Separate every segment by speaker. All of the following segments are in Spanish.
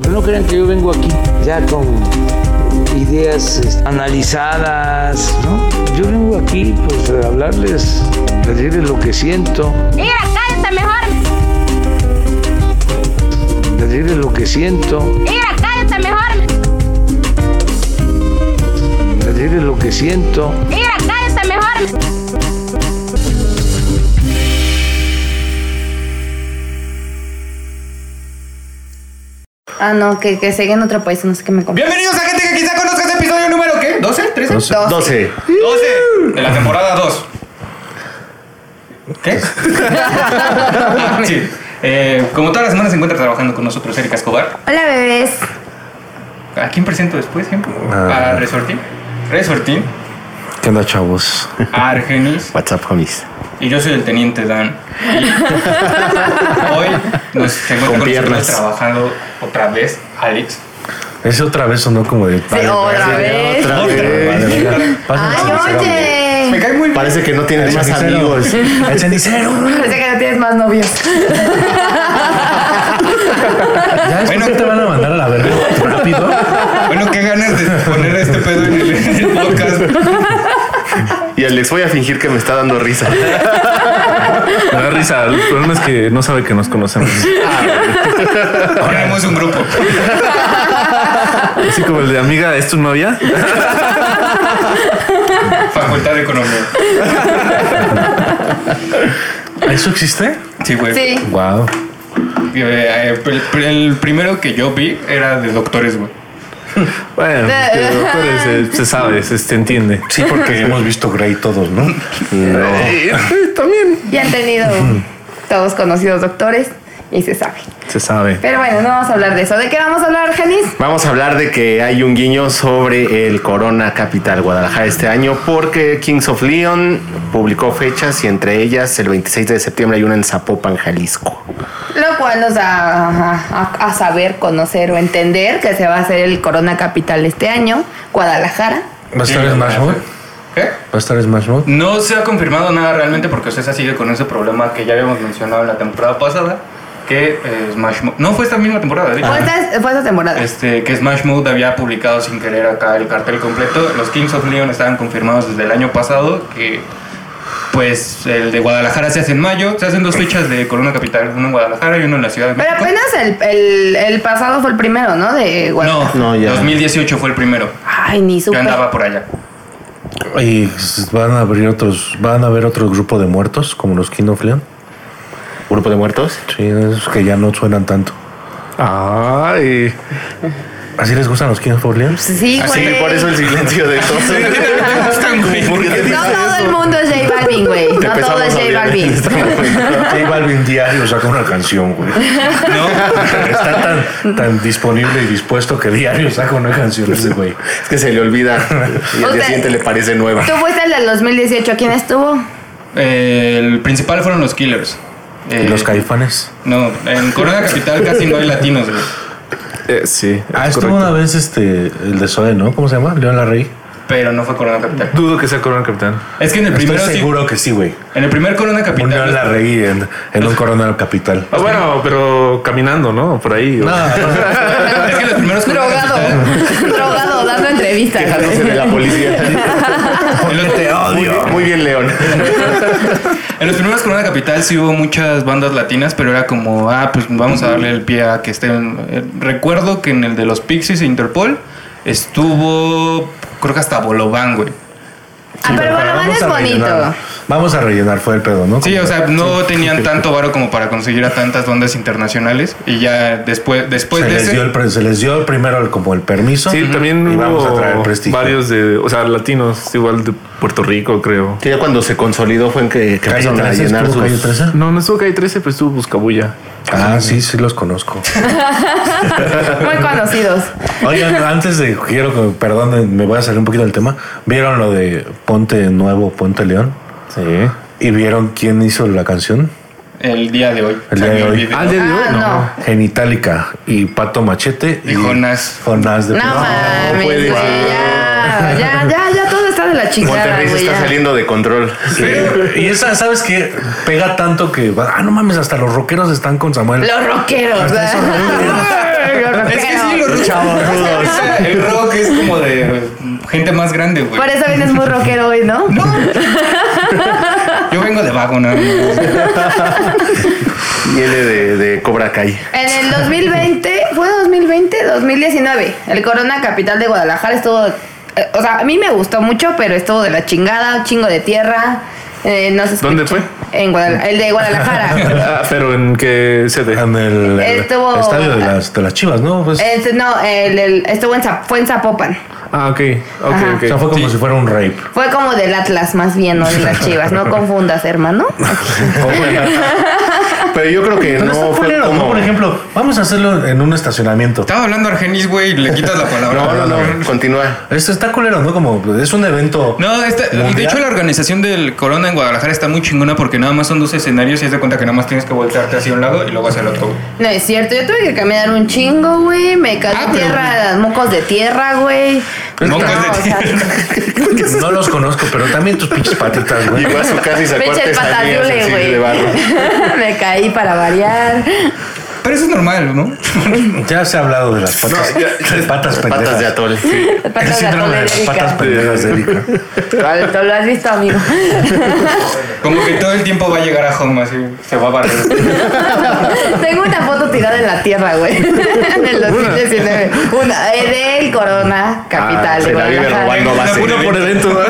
Speaker 1: Pero no crean que yo vengo aquí ya con ideas este, analizadas, ¿no? Yo vengo aquí pues a hablarles, a decirles lo que siento,
Speaker 2: Mira, cállate mejor.
Speaker 1: a decirles lo que siento,
Speaker 2: Mira, cállate mejor.
Speaker 1: a decirles lo que siento.
Speaker 2: Mira, cállate mejor.
Speaker 3: Ah, no, que, que sigue en otro país, no sé qué me compré.
Speaker 4: Bienvenidos a gente que quizá conozca este episodio número ¿qué? ¿12? ¿13? 12.
Speaker 5: 12.
Speaker 4: De la temporada 2. ¿Qué? sí. Eh, como todas las semanas se encuentra trabajando con nosotros Erika Escobar.
Speaker 3: Hola, bebés.
Speaker 4: ¿A quién presento después, ejemplo? A
Speaker 5: Ah.
Speaker 4: Resortín. Resortín,
Speaker 5: ¿Qué onda, chavos?
Speaker 4: a Argenis
Speaker 5: What's up, homies?
Speaker 4: y yo soy el teniente Dan. Y hoy nos se encuentra con,
Speaker 5: Con
Speaker 4: nosotros
Speaker 5: piernas.
Speaker 4: trabajando otra vez Alex.
Speaker 5: Ese otra vez sonó como de.
Speaker 3: otra vez.
Speaker 5: Otra
Speaker 4: Otra
Speaker 5: vez.
Speaker 4: vez.
Speaker 5: Vale, pásenme el
Speaker 3: Ay,
Speaker 5: cenicero.
Speaker 4: Me
Speaker 3: oye.
Speaker 4: cae muy bien.
Speaker 5: Parece que no tienes
Speaker 4: El
Speaker 5: más
Speaker 4: cenicero.
Speaker 5: amigos. El cenicero.
Speaker 3: Parece que no tienes más novios.
Speaker 5: Ya después
Speaker 4: Bueno.
Speaker 5: ya te van a mandar a la verga rápido.
Speaker 4: Bueno, qué ganas de poner este pedo en el, en el podcast.
Speaker 6: Y Alex, voy a fingir que me está dando risa.
Speaker 5: Me da risa. El problema es que no sabe que nos conocemos.
Speaker 4: Tenemos un grupo.
Speaker 6: Así como el de amiga, ¿es tu novia?
Speaker 4: Facultad de Economía.
Speaker 5: ¿Eso existe?
Speaker 4: Sí, güey.
Speaker 3: Sí.
Speaker 5: Wow.
Speaker 4: Eh, eh, el, el primero que yo vi era de doctores, güey.
Speaker 6: Bueno, es que, doctores, eh, se sabe, se, se entiende.
Speaker 5: Sí, porque hemos visto Grey todos, ¿no? No.
Speaker 6: Eh, eh, También
Speaker 3: Ya han tenido todos conocidos doctores y se sabe.
Speaker 5: Se sabe.
Speaker 3: Pero bueno, no vamos a hablar de eso. ¿De qué vamos a hablar, Janis?
Speaker 6: Vamos a hablar de que hay un guiño sobre el Corona Capital Guadalajara este año porque Kings of Leon publicó fechas y entre ellas el 26 de septiembre hay una en Zapopan, Jalisco.
Speaker 3: Lo cual nos da a, a- a saber, conocer o entender que se va a hacer el Corona Capital este año, Guadalajara.
Speaker 5: ¿Va a estar Smash Mode?
Speaker 4: ¿Qué?
Speaker 5: ¿Va a estar Smash Mode?
Speaker 4: No se ha confirmado nada realmente porque Ocesa sigue con ese problema que ya habíamos mencionado en la temporada pasada, que eh, Smash Mouth... No, fue esta misma temporada, de hecho.
Speaker 3: Fue esta, fue esta temporada.
Speaker 4: Este, que Smash Mouth había publicado sin querer acá el cartel completo. Los Kings of Leon estaban confirmados desde el año pasado que pues el de Guadalajara se hace en mayo, se hacen dos fechas de Corona Capital, uno en Guadalajara y uno en la Ciudad de
Speaker 3: Pero
Speaker 4: México.
Speaker 3: apenas el, el- el pasado fue el primero, ¿no? De Guadalajara.
Speaker 4: No,
Speaker 6: No, ya.
Speaker 4: 2018 fue el primero.
Speaker 3: Ay, ni
Speaker 4: Yo
Speaker 3: supe.
Speaker 4: andaba por allá.
Speaker 5: ¿Y s- van a abrir otros, van a haber otro grupo de muertos como los King of Leon?
Speaker 6: ¿Grupo de muertos?
Speaker 5: Sí, esos que ya no suenan tanto.
Speaker 6: Ay.
Speaker 5: ¿Así les gustan los King of Leon?
Speaker 3: Sí,
Speaker 6: Así
Speaker 3: güey.
Speaker 6: por eso el silencio de todos. ¿Por qué dices
Speaker 3: No todo el
Speaker 6: eso?
Speaker 3: mundo es J Balvin, güey.
Speaker 6: Te
Speaker 3: No todo
Speaker 6: empezamos
Speaker 3: es
Speaker 6: a
Speaker 3: J
Speaker 6: odiar en
Speaker 3: Balvin.
Speaker 6: este momento.
Speaker 5: J Balvin diario saca una canción, güey. Está tan, tan disponible y dispuesto que diario saca una canción ese güey.
Speaker 6: Es que se le olvida y al
Speaker 3: O sea,
Speaker 6: día siguiente le parece nueva.
Speaker 3: Tú fuiste el del 2018. ¿Quién estuvo?
Speaker 4: Eh, el principal fueron los Killers.
Speaker 5: ¿Y
Speaker 4: Eh,
Speaker 5: los caifanes?
Speaker 4: No, en Corona Capital casi no hay latinos, güey.
Speaker 7: eh,
Speaker 6: sí.
Speaker 5: Ah, estuvo una vez este, el de Zoe, ¿no? ¿Cómo se llama? León Larrey.
Speaker 4: Pero no fue Corona Capital.
Speaker 6: Dudo que sea Corona Capitán.
Speaker 4: Es que en el
Speaker 5: Estoy
Speaker 4: primero sí.
Speaker 5: seguro que sí, güey.
Speaker 4: En el primer Corona
Speaker 5: Un
Speaker 4: Capital.
Speaker 5: León Larrey en, en un Corona Capital.
Speaker 6: Ah, bueno, pero caminando, ¿no? Por ahí. o-
Speaker 4: Es que los primeros Corona
Speaker 3: Drogado.
Speaker 4: Capital-
Speaker 3: Drogado, dando entrevistas.
Speaker 6: Quejándose de la policía.
Speaker 4: en los-
Speaker 6: Muy, bien- muy bien, León.
Speaker 4: En los primeros Corona Capital sí hubo muchas bandas latinas, pero era como, ah, pues vamos a darle el pie a que estén. Eh, Recuerdo que en el de los Pixies e Interpol estuvo, creo que hasta Bolobán, güey.
Speaker 3: Ah, pero Balvin es bonito.
Speaker 5: rellenar. Vamos a rellenar, fue el pedo, ¿no?
Speaker 4: Sí, o sea, no tenían tanto varo como para conseguir a tantas bandas internacionales y ya después después pues,
Speaker 5: se,
Speaker 4: de
Speaker 5: les
Speaker 4: ese
Speaker 5: dio el, pre- se les dio primero el- como el permiso.
Speaker 7: Sí, también
Speaker 5: Y vamos a traer
Speaker 7: hubo
Speaker 5: prestigio.
Speaker 7: varios de, o sea, latinos, igual de Puerto Rico, creo.
Speaker 6: Sí, ya cuando se consolidó fue en que, que
Speaker 5: Calle
Speaker 6: empezaron a
Speaker 5: 13,
Speaker 6: llenar
Speaker 5: ¿estuvo Calle
Speaker 6: sus.
Speaker 5: 13?
Speaker 7: No, no estuvo Calle 13, pero pues estuvo Buscabulla.
Speaker 5: Ah, sí, sí los conozco.
Speaker 3: Muy conocidos.
Speaker 5: Oigan, antes de, quiero, que- perdón, me voy a salir un poquito del tema. ¿Vieron lo de Ponte Nuevo, Ponte León?
Speaker 7: Sí.
Speaker 5: ¿Y vieron quién hizo la canción?
Speaker 4: el día de hoy.
Speaker 5: El día de
Speaker 4: salió
Speaker 5: hoy.
Speaker 4: video.
Speaker 7: ¿Al día de hoy?
Speaker 3: Ah, no.
Speaker 5: Genitalica y Pato Machete.
Speaker 4: Y Jonás.
Speaker 5: Jonás de
Speaker 3: No mames, güey. Ya, ya, ya, ya todo está de la chingada,
Speaker 6: Monterrey se
Speaker 3: güey.
Speaker 6: está
Speaker 3: ya.
Speaker 6: saliendo de control.
Speaker 5: Y esa, ¿sabes qué? Pega tanto que... va- Ah, no mames, hasta los rockeros están con Samuel.
Speaker 3: Los rockeros. ¿verdad? Los
Speaker 4: Es que
Speaker 6: chavos rudos.
Speaker 4: Ahorita El rock es como de gente más grande, güey.
Speaker 3: Por eso vienes muy rockero hoy, ¿no?
Speaker 4: No. Yo vengo de vago, ¿no?
Speaker 6: Viene de, de Cobra Kai.
Speaker 3: En el 2020, ¿fue 2020? 2019. El Corona Capital de Guadalajara estuvo. eh, O sea, a mí me gustó mucho, pero estuvo de la chingada, un chingo de tierra. eh, no se escuchó.
Speaker 7: ¿Dónde fue?
Speaker 3: En Guadalajara. El de Guadalajara.
Speaker 7: Ah, pero en qué sede.
Speaker 5: En el, el
Speaker 3: Estuvo-
Speaker 5: estadio de las, de las chivas, ¿no? Pues,
Speaker 3: Este, no, el, el- estuvo en, Zap- fue en Zapopan.
Speaker 7: Ah, ok. Ok,
Speaker 3: Ajá.
Speaker 7: ok.
Speaker 5: o sea, fue como si fuera un rape.
Speaker 3: Fue como del Atlas, más bien, no de las chivas. No confundas, hermano.
Speaker 6: Pero yo creo que
Speaker 5: Pero está
Speaker 6: no fue
Speaker 5: culero, ¿no?
Speaker 6: como...
Speaker 5: Por ejemplo, vamos a hacerlo en un estacionamiento.
Speaker 4: Estaba hablando Argenis, güey, y le quitas la palabra.
Speaker 6: No, no, no. Continúa.
Speaker 5: Esto está culero, ¿no? Como es un evento.
Speaker 4: No, esta- de
Speaker 5: Mundial.
Speaker 4: hecho la organización del Corona en Guadalajara está muy chingona porque nada más son dos escenarios y haz de cuenta que nada más tienes que voltearte hacia un lado y luego hacia el otro. güey.
Speaker 3: No es cierto, yo tuve que caminar un chingo, güey. Me caí
Speaker 4: Ah,
Speaker 3: en
Speaker 4: pero-
Speaker 3: tierra, mocos de tierra, güey.
Speaker 4: Mocos de
Speaker 3: o sea,
Speaker 5: No los conozco, pero también tus pinches patitas, güey.
Speaker 6: Llegó a su casa y sacó
Speaker 3: Pinche
Speaker 6: artesanías
Speaker 3: patadule,
Speaker 6: así
Speaker 3: güey.
Speaker 6: de barro.
Speaker 3: Me caí para variar.
Speaker 4: Pero eso es normal, ¿no?
Speaker 5: Ya se ha hablado de las patas.
Speaker 6: No, ya-
Speaker 5: de patas pendejas.
Speaker 6: Patas de atole.
Speaker 5: El
Speaker 3: Patas de
Speaker 5: síndrome de
Speaker 3: atole,
Speaker 5: las
Speaker 3: Erika.
Speaker 5: patas pendejas de Erika.
Speaker 3: Lo- Lo has visto, amigo.
Speaker 4: Como que todo el tiempo va a llegar a home, así se va a barrer.
Speaker 3: Tengo una foto tirada en la tierra, güey. En el 2019. Una eh, del Corona Capital.
Speaker 6: Ah,
Speaker 3: de
Speaker 6: se la vive
Speaker 3: Guadalajara.
Speaker 6: robando base.
Speaker 4: Uno por
Speaker 7: evento, ¿no?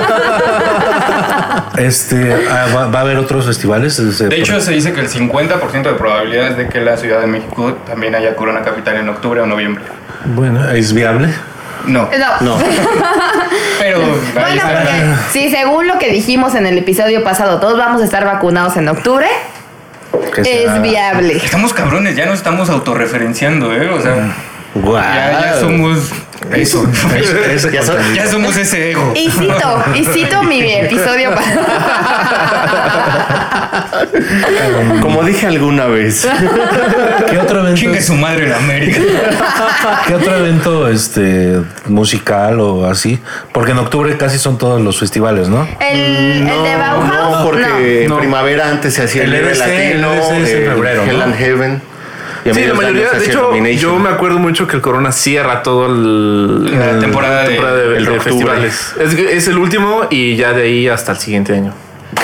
Speaker 5: Este, ah, va, va a haber otros festivales. este,
Speaker 4: De hecho,
Speaker 5: por-
Speaker 4: se dice que el 50% de probabilidades de que la Ciudad de México también haya Corona Capital en octubre o noviembre.
Speaker 5: bueno, es viable.
Speaker 4: No,
Speaker 3: No.
Speaker 4: pero ahí
Speaker 3: Bueno,
Speaker 4: está.
Speaker 3: porque si según lo que dijimos en el episodio pasado, todos vamos a estar vacunados en octubre,
Speaker 5: que será-
Speaker 3: es viable.
Speaker 4: Estamos cabrones, ya no estamos autorreferenciando, ¿eh? O sea,
Speaker 5: Guau.
Speaker 4: ya, ya somos...
Speaker 5: Eso, eso, ese
Speaker 6: Ya son-
Speaker 5: contenido.
Speaker 4: Ya somos ese ego.
Speaker 3: Y cito, y cito mi episodio pasado.
Speaker 6: Como dije alguna vez.
Speaker 5: ¿Qué otro evento,
Speaker 4: Chingue su madre en América.
Speaker 5: qué otro evento este, musical o así? Porque en octubre casi son todos los festivales, ¿no?
Speaker 3: El, el de Bauhaus.
Speaker 6: No, porque en
Speaker 7: No.
Speaker 6: primavera antes se hacía el
Speaker 5: El
Speaker 6: Libre
Speaker 5: LSD,
Speaker 6: Latino,
Speaker 5: el LSD es en
Speaker 6: el
Speaker 5: febrero,
Speaker 6: Hell
Speaker 5: ¿no?
Speaker 6: and Heaven. Y a
Speaker 7: Sí, la
Speaker 6: mediados año
Speaker 7: mayoría.
Speaker 6: se
Speaker 7: De
Speaker 6: hacía
Speaker 7: hecho,
Speaker 6: Domination.
Speaker 7: yo me acuerdo mucho que el Corona cierra todo el.
Speaker 4: La temporada de-
Speaker 7: de,
Speaker 6: el
Speaker 7: de
Speaker 6: octubre.
Speaker 7: festivales. Es, que es el último y ya de ahí hasta el siguiente año.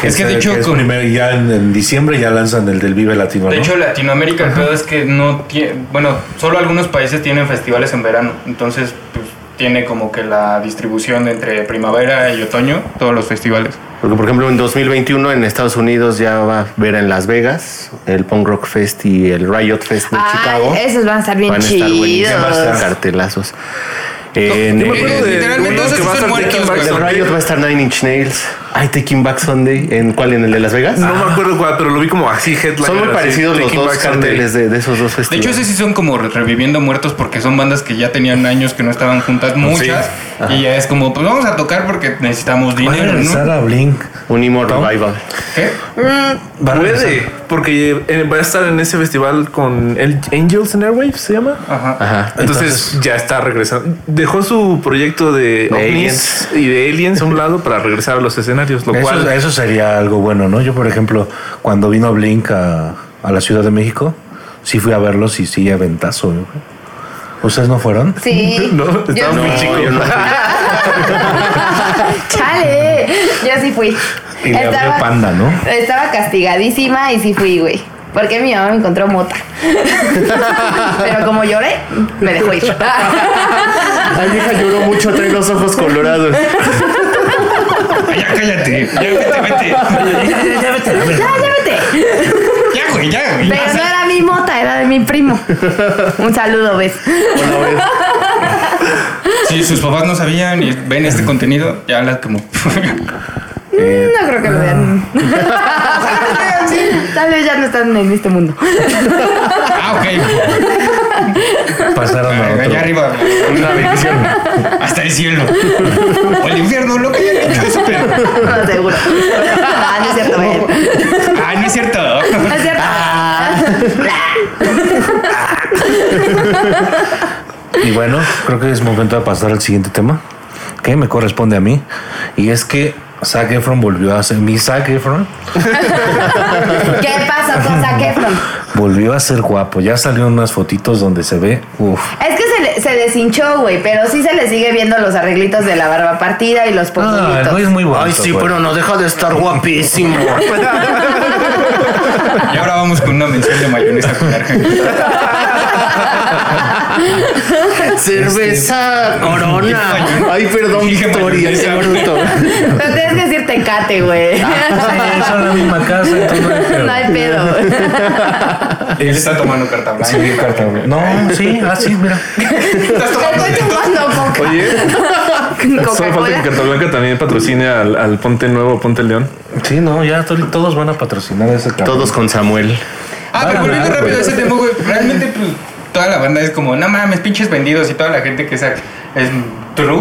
Speaker 4: Es que de
Speaker 5: se-
Speaker 4: hecho
Speaker 5: es
Speaker 4: con-
Speaker 5: primero, y ya en, en diciembre ya lanzan el del Vive Latino.
Speaker 4: De
Speaker 5: ¿no?
Speaker 4: hecho, Latinoamérica, el pedo es que no tiene. Bueno, solo algunos países tienen festivales en verano. Entonces, pues, tiene como que la distribución entre primavera y otoño, todos los festivales.
Speaker 6: Porque, por ejemplo, en 2021 en Estados Unidos ya va a ver en Las Vegas el Punk Rock Fest y el Riot Fest de
Speaker 3: Ay,
Speaker 6: Chicago.
Speaker 3: esos van a estar bien
Speaker 6: Van a estar buenísimos
Speaker 3: chidos.
Speaker 6: cartelazos. En,
Speaker 7: yo me acuerdo
Speaker 6: en-
Speaker 7: de-
Speaker 4: Literalmente,
Speaker 7: uno
Speaker 4: esos
Speaker 7: que va a
Speaker 4: son
Speaker 7: ser
Speaker 4: muertos,
Speaker 7: Taking Back
Speaker 4: güey.
Speaker 6: en el Riot va a estar Nine Inch Nails. I Taking Back Sunday. ¿En cuál? ¿En el de Las Vegas? Ah,
Speaker 7: No me acuerdo cuál, pero lo vi como así headline.
Speaker 6: Son muy
Speaker 7: así,
Speaker 6: parecidos los
Speaker 7: Taking
Speaker 6: dos
Speaker 7: Back Sunday.
Speaker 6: carteles de, de esos dos
Speaker 4: De hecho,
Speaker 6: festivales.
Speaker 4: esos sí son como re- reviviendo muertos porque son bandas que ya tenían años que no estaban juntas, muchas. Y ya es como, pues vamos a tocar porque necesitamos
Speaker 5: Van a
Speaker 4: dinero,
Speaker 5: regresar
Speaker 4: ¿no?
Speaker 5: a Blink.
Speaker 6: Unimore Revival.
Speaker 4: ¿Qué?
Speaker 5: Va a regresar.
Speaker 7: Puede, porque eh, va a estar en ese festival con el Angels and Airwaves, ¿se llama?
Speaker 4: Ajá.
Speaker 6: Ajá.
Speaker 7: Entonces, ya está regresando. Dejó su proyecto de,
Speaker 6: De
Speaker 7: ovnis y de aliens a un lado para regresar a los escenarios, lo cual
Speaker 5: Eso, eso sería algo bueno, ¿no? Yo, por ejemplo, cuando vino Blink a, a la Ciudad de México, sí fui a verlos y sí, aventazo. güey. ¿Ustedes no fueron?
Speaker 3: Sí.
Speaker 7: no estaba
Speaker 3: Yo-
Speaker 7: muy
Speaker 6: No,
Speaker 7: chico.
Speaker 6: yo no fui.
Speaker 3: Chale, yo sí fui.
Speaker 5: Y le abrió Panda, ¿no?
Speaker 3: Estaba castigadísima y sí fui, güey. Porque mi mamá me encontró mota. Pero como lloré, me dejó ir.
Speaker 6: La vieja lloró mucho, trae los ojos colorados.
Speaker 4: Ay, Ya cállate. Ya vete, vete.
Speaker 3: ¡Ya, llévete!
Speaker 4: Ya, güey, ya, güey.
Speaker 3: Pero no era mi mota, era de mi primo. Un saludo, ¿ves?
Speaker 4: Si sus papás no sabían y ven este contenido, ya las como.
Speaker 3: No creo que lo vean. Tal vez ya no están en este mundo.
Speaker 4: ah, ok.
Speaker 5: Pasaron a
Speaker 4: Allá
Speaker 5: Ah, otro.
Speaker 4: arriba.
Speaker 6: Una bendición.
Speaker 4: Hasta el cielo. O el infierno, lo que hayan hecho eso, pero.
Speaker 3: No, seguro. No, no es cierto, ven.
Speaker 4: Ah, no es cierto.
Speaker 3: No es cierto.
Speaker 5: Y bueno, creo que es momento de pasar al siguiente tema, que me corresponde a mí. Y es que Zac Efron volvió a ser mi Zac Efron
Speaker 3: ¿Qué pasó con Zac Efron?
Speaker 5: volvió a ser guapo ya salieron unas fotitos donde se ve uf
Speaker 3: Es que se, le- se deshinchó, güey, pero sí se le sigue viendo los arreglitos de la barba partida y los
Speaker 5: ah, el güey es
Speaker 3: poquillitos.
Speaker 5: muy bonito
Speaker 6: Ay, sí,
Speaker 5: güey.
Speaker 6: pero no deja de estar guapísimo.
Speaker 4: Y ahora vamos con una mención de mayonesa con naranja.
Speaker 6: Cerveza corona. Ay, perdón,
Speaker 4: Dije
Speaker 6: Victoria, qué
Speaker 4: mayonesa.
Speaker 6: bruto.
Speaker 3: Pero tienes que decir tecate, güey.
Speaker 5: Ah, Sí, son la misma casa entonces no hay pedo.
Speaker 3: no hay pedo.
Speaker 4: Él está tomando carta blanca.
Speaker 5: Sí, carta blanca. no sí ah sí mira
Speaker 4: Estás tomando
Speaker 3: Estoy tomando coca.
Speaker 7: Oye, solo falta que
Speaker 3: Coca-Cola.
Speaker 7: Carta Blanca también patrocine al, al Ponte Nuevo, Ponte León.
Speaker 5: sí no ya to- todos van a patrocinar ese cabrón.
Speaker 6: Todos con Samuel.
Speaker 4: Ah, pero
Speaker 5: Van a
Speaker 4: volviendo
Speaker 5: ganar,
Speaker 4: rápido a
Speaker 5: güey.
Speaker 4: ese tema, güey. Realmente, pues, toda la banda es como, no mames, pinches vendidos y toda la gente que saca es true.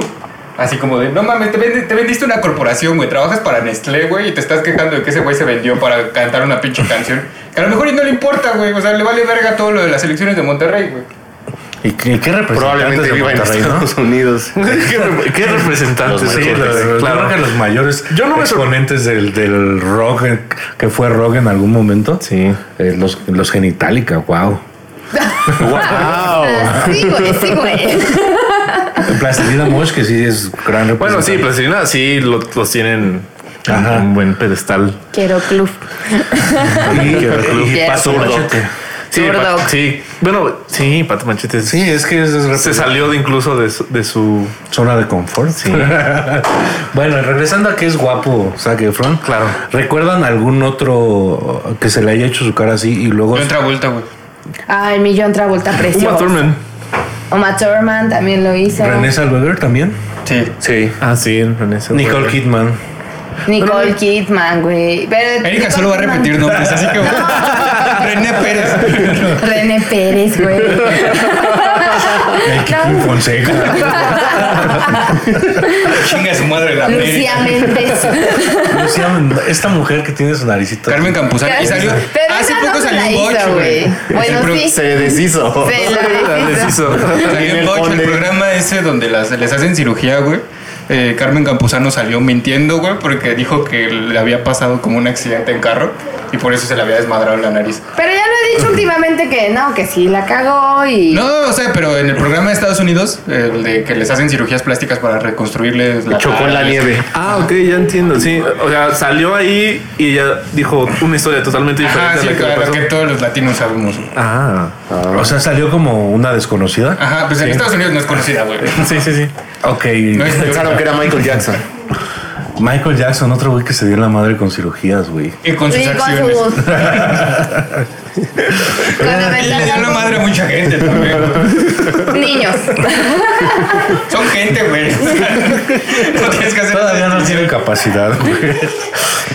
Speaker 4: Así como de, no mames, te, vende- te vendiste una corporación, güey. Trabajas para Nestlé, güey, y te estás quejando de que ese güey se vendió para cantar una pinche canción. Que a lo mejor y no le importa, güey. O sea, le vale verga todo lo de las elecciones de Monterrey, güey.
Speaker 5: y qué, qué representantes
Speaker 6: Probablemente
Speaker 5: de
Speaker 6: viva en
Speaker 5: Monterrey, ¿no?
Speaker 6: Estados Unidos.
Speaker 7: ¿Qué, re- qué representantes?
Speaker 5: Sí,
Speaker 7: de-
Speaker 5: los- los- yo
Speaker 7: claro.
Speaker 5: creo que los mayores
Speaker 7: Yo no me sor-
Speaker 5: exponentes del, del rock eh, que fue rock en algún momento.
Speaker 7: Sí.
Speaker 5: Eh, los, los genitalica, wow.
Speaker 6: ¡Wow!
Speaker 3: Sí, güey, sí, güey.
Speaker 5: Plastilina Mosh, que sí es gran representante.
Speaker 7: Bueno, sí, Plastilina sí lo- los tienen en
Speaker 5: Ajá.
Speaker 7: un buen pedestal.
Speaker 3: Quiero club.
Speaker 5: Y, eh,
Speaker 3: Quiero
Speaker 5: Pato
Speaker 3: club.
Speaker 5: Machete.
Speaker 7: Sí,
Speaker 3: Zurdo.
Speaker 7: Pat- sí. Bueno, sí, Pato Machete
Speaker 5: Sí, es que es, es
Speaker 7: se
Speaker 5: representante.
Speaker 7: salió de incluso de su, de su
Speaker 5: zona de confort. Sí. bueno, y regresando a que es guapo Zac Efron.
Speaker 7: Claro.
Speaker 5: ¿Recuerdan algún otro que se le haya hecho su cara así y luego...
Speaker 4: De otra vuelta, güey.
Speaker 3: Ay, mi John Travolta precioso.
Speaker 7: Uma Thurman.
Speaker 3: Uma Thurman también lo hizo.
Speaker 5: René Zellweger también.
Speaker 4: Sí.
Speaker 7: Sí. Ah, sí, René. Zellweger.
Speaker 5: Nicole Kidman.
Speaker 3: Nicole Kidman, güey. Pero-
Speaker 4: Erika solo va a repetir nombres, así que, güey. René Pérez.
Speaker 3: René Pérez, güey.
Speaker 5: Kidman Fonseca.
Speaker 4: Chinga su madre la
Speaker 3: No, Lucía
Speaker 4: América.
Speaker 3: Méndez.
Speaker 5: Lucía, esta mujer que tiene su naricita.
Speaker 4: Carmen Campuzano. Y salió.
Speaker 3: Pero
Speaker 4: Hace
Speaker 3: esa
Speaker 4: poco
Speaker 3: no se la
Speaker 4: salió un
Speaker 3: hizo,
Speaker 4: bocho, güey.
Speaker 3: Bueno,
Speaker 4: Siempre-
Speaker 3: sí.
Speaker 6: Se deshizo.
Speaker 3: Se la
Speaker 7: La
Speaker 3: hizo.
Speaker 7: deshizo.
Speaker 4: Salió
Speaker 6: Viene
Speaker 4: en
Speaker 6: el
Speaker 4: Bocho, el
Speaker 6: conde.
Speaker 4: programa ese donde las, les hacen cirugía, güey. Eh, Carmen Campuzano salió mintiendo, güey, porque dijo que le había pasado como un accidente en carro y por eso se le había desmadrado la nariz.
Speaker 3: Pero ya lo he dicho últimamente que no, que sí la cagó y.
Speaker 4: No, o sea, pero en el programa de Estados Unidos, el de que les hacen cirugías plásticas para reconstruirles la
Speaker 6: Chocó en la
Speaker 4: cara,
Speaker 6: nieve.
Speaker 7: Ah, ok, ya entiendo. Sí, o sea, salió ahí y ella dijo una historia totalmente diferente
Speaker 4: Ajá,
Speaker 7: a
Speaker 4: sí,
Speaker 7: la que le
Speaker 4: claro,
Speaker 7: pasó.
Speaker 4: que todos los latinos sabemos.
Speaker 7: Ah,
Speaker 5: O sea, salió como una desconocida.
Speaker 4: Ajá, pues en Estados Unidos no es conocida, güey.
Speaker 7: sí, sí, sí.
Speaker 5: Ok.
Speaker 4: No es
Speaker 6: Pensaron que era Michael Jackson.
Speaker 5: Michael Jackson, otro güey que se dio en la madre con cirugías, güey.
Speaker 4: Y con sus
Speaker 3: Sí, con
Speaker 4: acciones.
Speaker 3: sus- Con
Speaker 4: Y le dio
Speaker 3: aventar
Speaker 4: la madre a mucha gente también, güey.
Speaker 3: niños.
Speaker 4: Son gente, güey. No tienes que hacer
Speaker 5: Todavía no tiene capacidad, güey.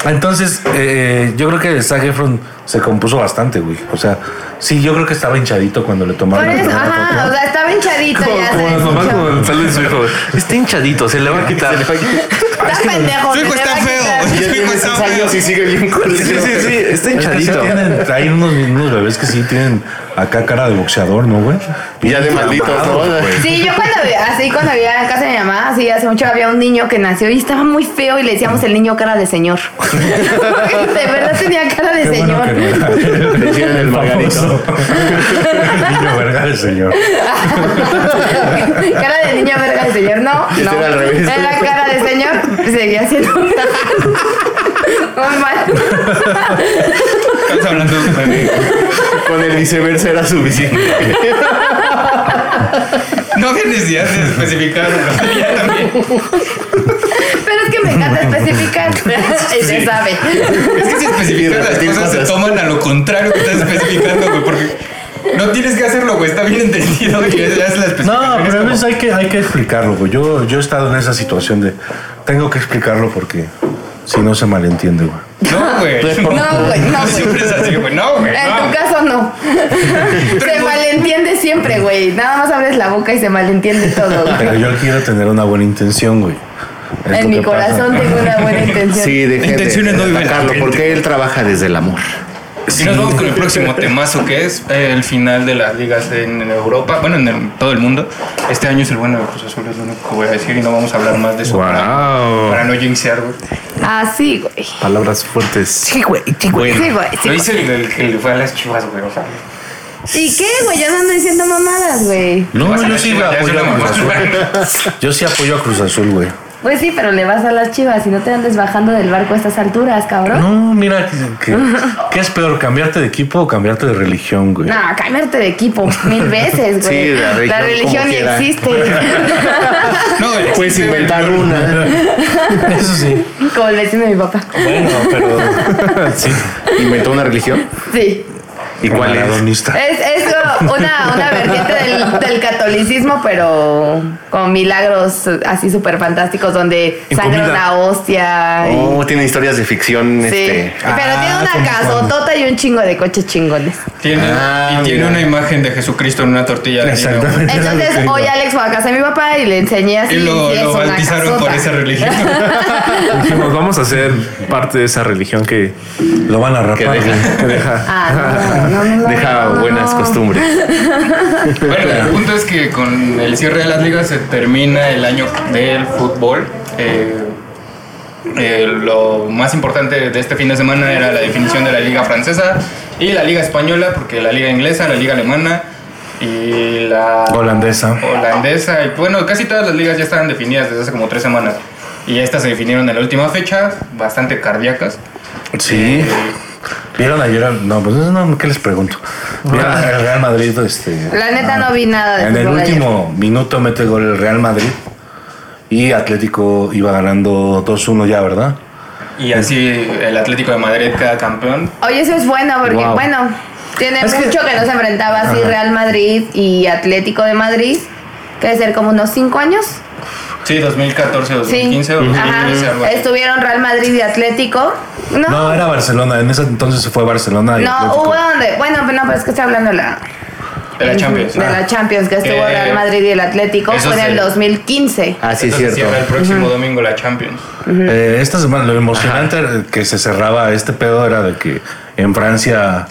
Speaker 5: Entonces, eh, yo creo que Zac Efron se compuso bastante, güey. O sea, sí, yo creo que estaba hinchadito cuando le
Speaker 3: Por
Speaker 5: tomaron la
Speaker 3: eso,
Speaker 5: primera
Speaker 3: ajá, o
Speaker 5: foto.
Speaker 3: sea, estaba hinchadito
Speaker 7: Como,
Speaker 3: ya. se
Speaker 7: como las mamás
Speaker 3: deshinchó.
Speaker 7: cuando salen de su hijo. Está hinchadito, se le va a quitar.
Speaker 3: Está pendejo.
Speaker 4: Su hijo
Speaker 3: te
Speaker 4: está
Speaker 3: va a
Speaker 4: feo.
Speaker 3: quitar.
Speaker 4: Su hijo está feo.
Speaker 6: y sigue bien
Speaker 7: Sí, sí, sí, está
Speaker 5: Es que sí
Speaker 7: hinchadito.
Speaker 5: tienen- hay unos, unos bebés que sí tienen acá cara de boxeador, ¿no, güey?
Speaker 6: Y ya de malditos, ¿no?
Speaker 3: Sí, yo cuando vi- así cuando vivía en casa de mi mamá, así hace mucho había un niño que nació y estaba muy feo y le decíamos el niño cara de señor. de verdad tenía cara de
Speaker 5: Qué
Speaker 3: señor.
Speaker 5: bueno que no era.
Speaker 6: Decían el margarito.
Speaker 5: famoso. Niño verga del señor.
Speaker 3: cara de niño verga de señor, no,
Speaker 6: Este
Speaker 3: no.
Speaker 6: era al revés.
Speaker 3: Era cara de señor, seguía siendo un muy mal.
Speaker 4: Estamos hablando de...
Speaker 6: Con el viceversa era suficiente.
Speaker 4: No había necesidad de especificar. ¿no? Ya también.
Speaker 3: Pero es que me encanta especificar. Y se sabe.
Speaker 4: Es que si
Speaker 6: Y
Speaker 4: especificas las
Speaker 6: repetir
Speaker 4: cosas se
Speaker 6: cosas.
Speaker 4: toman a lo contrario que estás especificando, güey. Porque no tienes que hacerlo, güey. Está bien entendido güey, que ya es la
Speaker 5: No,
Speaker 4: especificación.
Speaker 5: pero a veces hay que, hay que explicarlo, güey. Yo, yo he estado en esa situación de tengo que explicarlo porque si no se malentiende, güey.
Speaker 4: No, güey.
Speaker 3: No, güey, no,
Speaker 4: Pues, No
Speaker 3: güey.
Speaker 4: siempre es así, güey. No, güey.
Speaker 3: En
Speaker 4: No.
Speaker 3: tu caso no. Se malentiende siempre, güey. Nada más abres la boca y se malentiende todo. güey.
Speaker 5: Pero yo quiero tener una buena intención, güey. Es lo
Speaker 3: En mi
Speaker 5: que pasa.
Speaker 3: corazón tengo una buena intención.
Speaker 6: Sí, dejen de
Speaker 4: Intenciones no viven la
Speaker 6: atacarlo,
Speaker 4: gente.
Speaker 6: porque él trabaja desde el amor.
Speaker 4: Y nos vamos con el próximo temazo que es eh, el final de las ligas en Europa, bueno, en el- todo el mundo. Este año es el bueno de Cruz Azul, es lo único que voy a decir y no vamos a hablar más de eso para,
Speaker 7: Wow.
Speaker 4: para no jinxear, güey.
Speaker 3: Así, Ah, güey.
Speaker 5: Palabras fuertes.
Speaker 3: Sí, güey,
Speaker 6: Ah,
Speaker 3: sí, güey. Sí, güey, sí,
Speaker 4: Lo
Speaker 3: güey.
Speaker 4: hice el, del que le fue a las chivas, güey. O sea,
Speaker 3: ¿Y qué, güey? Yo no ando diciendo mamadas, güey.
Speaker 5: No,
Speaker 4: Vas a
Speaker 5: yo
Speaker 4: las
Speaker 5: sí
Speaker 4: Chivas, ya es
Speaker 5: apoyo a
Speaker 4: una
Speaker 5: Cruz Azul.
Speaker 4: mamá.
Speaker 5: Yo sí apoyo a Cruz Azul, güey.
Speaker 3: Pues sí, pero le vas a las chivas y no te andes bajando del barco a estas alturas, cabrón.
Speaker 5: No, mira, que- ¿qué es peor, cambiarte de equipo o cambiarte de religión, güey?
Speaker 3: No, cambiarte de equipo mil veces, güey.
Speaker 6: Sí, la religión
Speaker 3: La religión
Speaker 6: como
Speaker 3: ni
Speaker 6: quiera.
Speaker 3: existe.
Speaker 4: No, güey, pues,
Speaker 6: Puedes inventar una.
Speaker 5: Eso sí.
Speaker 3: Como el vecino de mi papá.
Speaker 5: Bueno, pero sí.
Speaker 6: ¿Inventó una religión?
Speaker 3: Sí.
Speaker 6: ¿Y cuál es?
Speaker 5: Maradonista.
Speaker 3: Es, es una, una vertiente del, del catolicismo, pero con milagros así súper fantásticos donde
Speaker 7: Y
Speaker 3: sangra
Speaker 7: comida.
Speaker 3: una hostia. y-
Speaker 6: Oh, tiene historias de ficción.
Speaker 3: sí.
Speaker 6: Este.
Speaker 3: pero
Speaker 5: ah,
Speaker 3: tiene una
Speaker 5: como
Speaker 3: casotota y un chingo de coches chingones.
Speaker 4: Tiene,
Speaker 6: Ah,
Speaker 4: y tiene
Speaker 6: mira.
Speaker 4: una imagen de Jesucristo en una tortilla de harina, güey.
Speaker 5: Exactamente. era lo
Speaker 3: Entonces
Speaker 5: que iba.
Speaker 3: hoy Alex fue a casa de mi papá y le enseñé así.
Speaker 4: Y lo,
Speaker 3: y es
Speaker 4: lo
Speaker 3: una
Speaker 4: bautizaron por
Speaker 3: casota.
Speaker 4: esa religión.
Speaker 7: Dijimos, vamos a ser parte de esa religión que,
Speaker 5: Lo van a rapar,
Speaker 6: deja.
Speaker 5: güey.
Speaker 7: que deja.
Speaker 3: Ah, no, no, no,
Speaker 6: Deja
Speaker 3: no, no,
Speaker 6: buenas
Speaker 3: no.
Speaker 6: costumbres.
Speaker 4: Bueno, el punto es que con el cierre de las ligas se termina el año del fútbol. Eh, eh, lo más importante de este fin de semana era la definición de la liga francesa y la liga española, porque la liga inglesa, la liga alemana y la
Speaker 5: Holandesa.
Speaker 4: holandesa, y bueno, casi todas las ligas ya estaban definidas desde hace como tres semanas. Y estas se definieron en la última fecha, bastante cardíacas.
Speaker 5: Sí. ¿Vieron ayer? al- No, pues no, ¿qué les pregunto? ¿Vieron el Real Madrid? Este,
Speaker 3: La neta no vi nada de
Speaker 5: En el
Speaker 3: fútbol ayer.
Speaker 5: último minuto mete gol el Real Madrid y Atlético iba ganando 2-1 ya, ¿verdad?
Speaker 4: Y así el Atlético de Madrid queda campeón.
Speaker 3: Oye, eso es bueno porque,
Speaker 5: Wow.
Speaker 3: bueno, tiene
Speaker 5: Es que-
Speaker 3: mucho que... no se enfrentaba así Real Madrid y Atlético de Madrid, que debe ser como unos 5 años.
Speaker 4: Sí, 2014 o
Speaker 3: Sí.
Speaker 4: 2015 o
Speaker 3: Ajá.
Speaker 4: 2015. algo así.
Speaker 3: Estuvieron Real Madrid y Atlético. No,
Speaker 5: No,
Speaker 3: no,
Speaker 5: era Barcelona, en ese entonces se fue Barcelona y Atlético.
Speaker 3: hubo donde. Bueno, pero no, pero es que estoy hablando de la,
Speaker 4: De la Champions. Ah.
Speaker 3: de la Champions, que estuvo
Speaker 4: Eh,
Speaker 3: Real Madrid y el Atlético.
Speaker 4: eso
Speaker 3: Fue en el
Speaker 4: se-
Speaker 3: 2015.
Speaker 6: Ah, sí, es
Speaker 4: Entonces
Speaker 6: cierto.
Speaker 4: cierra el próximo domingo la Champions.
Speaker 5: Eh, esta semana lo emocionante que se cerraba este pedo era de que en Francia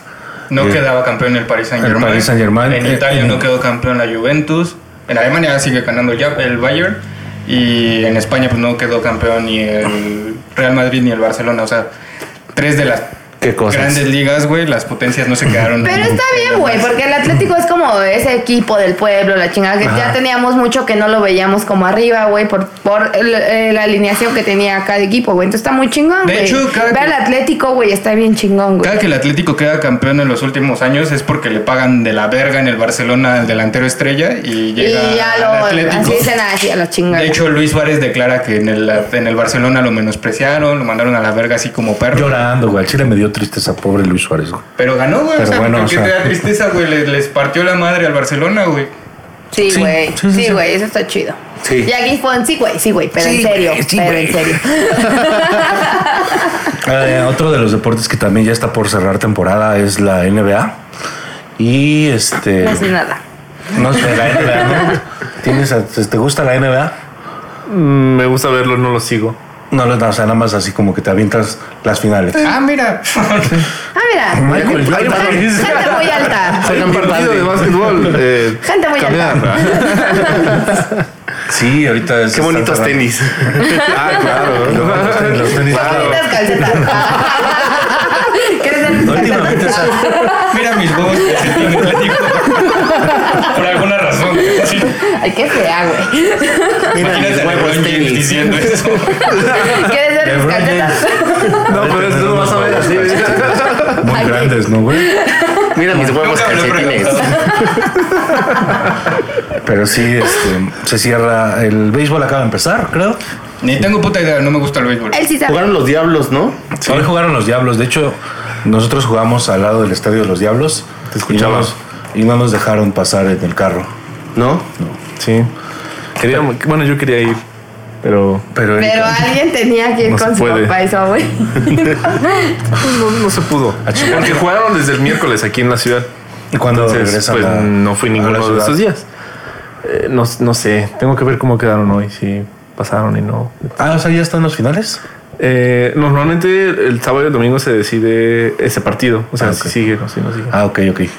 Speaker 4: No
Speaker 5: eh,
Speaker 4: quedaba campeón el Paris Saint Germain.
Speaker 5: El Paris Saint-Germain.
Speaker 4: En
Speaker 5: Eh,
Speaker 4: Italia
Speaker 5: eh,
Speaker 4: no quedó campeón la Juventus. En Alemania sigue ganando ya el Bayern. Y en España pues no quedó campeón ni el Real Madrid ni el Barcelona. O sea, tres de las
Speaker 6: Qué cosas.
Speaker 4: grandes ligas, güey. Las potencias no se quedaron.
Speaker 3: Pero está bien, güey, porque el Atlético es como ese equipo del pueblo, la chingada, que ya teníamos mucho que no lo veíamos como arriba, güey, por, por el- eh, la alineación que tenía cada equipo, güey. Entonces está muy chingón,
Speaker 4: De
Speaker 3: güey.
Speaker 4: hecho, cada
Speaker 3: Ve
Speaker 4: que-
Speaker 3: al Atlético, güey, está bien chingón, güey.
Speaker 4: Cada que el Atlético queda campeón en los últimos años es porque le pagan de la verga en el Barcelona al delantero estrella y llega
Speaker 3: Y ya lo,
Speaker 4: al Atlético.
Speaker 3: así dicen así a la chingada.
Speaker 4: De hecho, Luis Suárez declara que en el, en el Barcelona lo menospreciaron, lo mandaron a la verga así como perro.
Speaker 5: llorando, güey. Al Chile me dio tristeza, pobre Luis Suárez, güey.
Speaker 4: Pero ganó, güey. O
Speaker 5: Pero
Speaker 4: sea,
Speaker 5: bueno,
Speaker 4: ¿por
Speaker 5: o
Speaker 4: qué
Speaker 5: sea.
Speaker 4: te da tristeza, güey? Les, les partió la madre al Barcelona, güey.
Speaker 3: sí,
Speaker 5: sí,
Speaker 3: güey,
Speaker 5: sí, sí,
Speaker 3: sí,
Speaker 5: sí.
Speaker 3: güey, eso está chido.
Speaker 6: Sí.
Speaker 3: Y aquí fue, sí, güey, sí, güey, pero en serio, pero en serio.
Speaker 5: Eh, otro de los deportes que también ya está por cerrar temporada es la NBA. Y este.
Speaker 3: No sé nada.
Speaker 5: No sé, la NBA, ¿no? ¿Tienes, a- ¿Te gusta la NBA?
Speaker 7: Mm, me gusta verlo, no lo sigo.
Speaker 5: No, no, o sea, nada más así como que te avientas las finales.
Speaker 4: Ah, mira.
Speaker 3: Ah, mira,
Speaker 5: Michael Jordan.
Speaker 3: gente muy alta.
Speaker 7: Juegan partido de básquetbol. eh,
Speaker 3: Gente muy alta.
Speaker 7: caminar.
Speaker 5: Sí, ahorita es.
Speaker 6: Qué bonitos
Speaker 5: está-
Speaker 6: tenis.
Speaker 7: Ah, claro.
Speaker 5: Los tenis.
Speaker 3: Bonitas calcetas. ¿Quieres ver tus
Speaker 5: Últimamente
Speaker 3: calcetas?
Speaker 5: se ha-
Speaker 4: mira mis huevos que se tiene Atlético. Por alguna razón. güey. Sí.
Speaker 3: Ay, qué fea, güey.
Speaker 4: Imagínate a
Speaker 6: huevos
Speaker 4: LeBron James
Speaker 6: tenis.
Speaker 4: diciendo eso.
Speaker 3: ¿Quieres ver mis
Speaker 5: LeBron
Speaker 3: calcetas?
Speaker 7: No, pero eso lo vas a ver así.
Speaker 5: Muy grandes, ¿no, güey?
Speaker 6: Mira mis huevos
Speaker 4: Nunca me lo he
Speaker 6: calcetines.
Speaker 4: preguntado.
Speaker 5: Pero sí, este, se cierra. El béisbol acaba de empezar, creo.
Speaker 4: Ni tengo puta idea, no me gusta el béisbol.
Speaker 3: Él sí sabe.
Speaker 6: Jugaron los diablos, ¿no?
Speaker 5: Hoy jugaron los Diablos. De hecho, nosotros jugamos al lado del estadio de los Diablos.
Speaker 7: Te escuchaba.
Speaker 5: Y no nos, y no nos dejaron pasar en el carro.
Speaker 6: ¿No?
Speaker 7: Sí. Quería, bueno, yo quería ir, pero
Speaker 5: Pero,
Speaker 3: Pero
Speaker 5: ahorita-
Speaker 3: alguien tenía que ir
Speaker 7: No se
Speaker 3: con su
Speaker 7: puede.
Speaker 3: papá y su abuelo.
Speaker 7: no, no Pues se pudo. Porque jugaron desde el miércoles aquí en la ciudad.
Speaker 5: cuando
Speaker 7: Entonces,
Speaker 5: regresan
Speaker 7: pues
Speaker 5: a-
Speaker 7: no fui
Speaker 5: a la
Speaker 7: ninguno de
Speaker 5: ciudad?
Speaker 7: esos días. Eh, no, no sé, tengo que ver cómo quedaron hoy, si pasaron y no.
Speaker 5: Ah, o sea, ya están los finales.
Speaker 7: Eh, normalmente el sábado y el domingo se decide ese partido. O sea,
Speaker 5: Ah,
Speaker 7: si
Speaker 5: ok.
Speaker 7: sigue o si no sigue.
Speaker 5: Ah, ok, ok. Eh,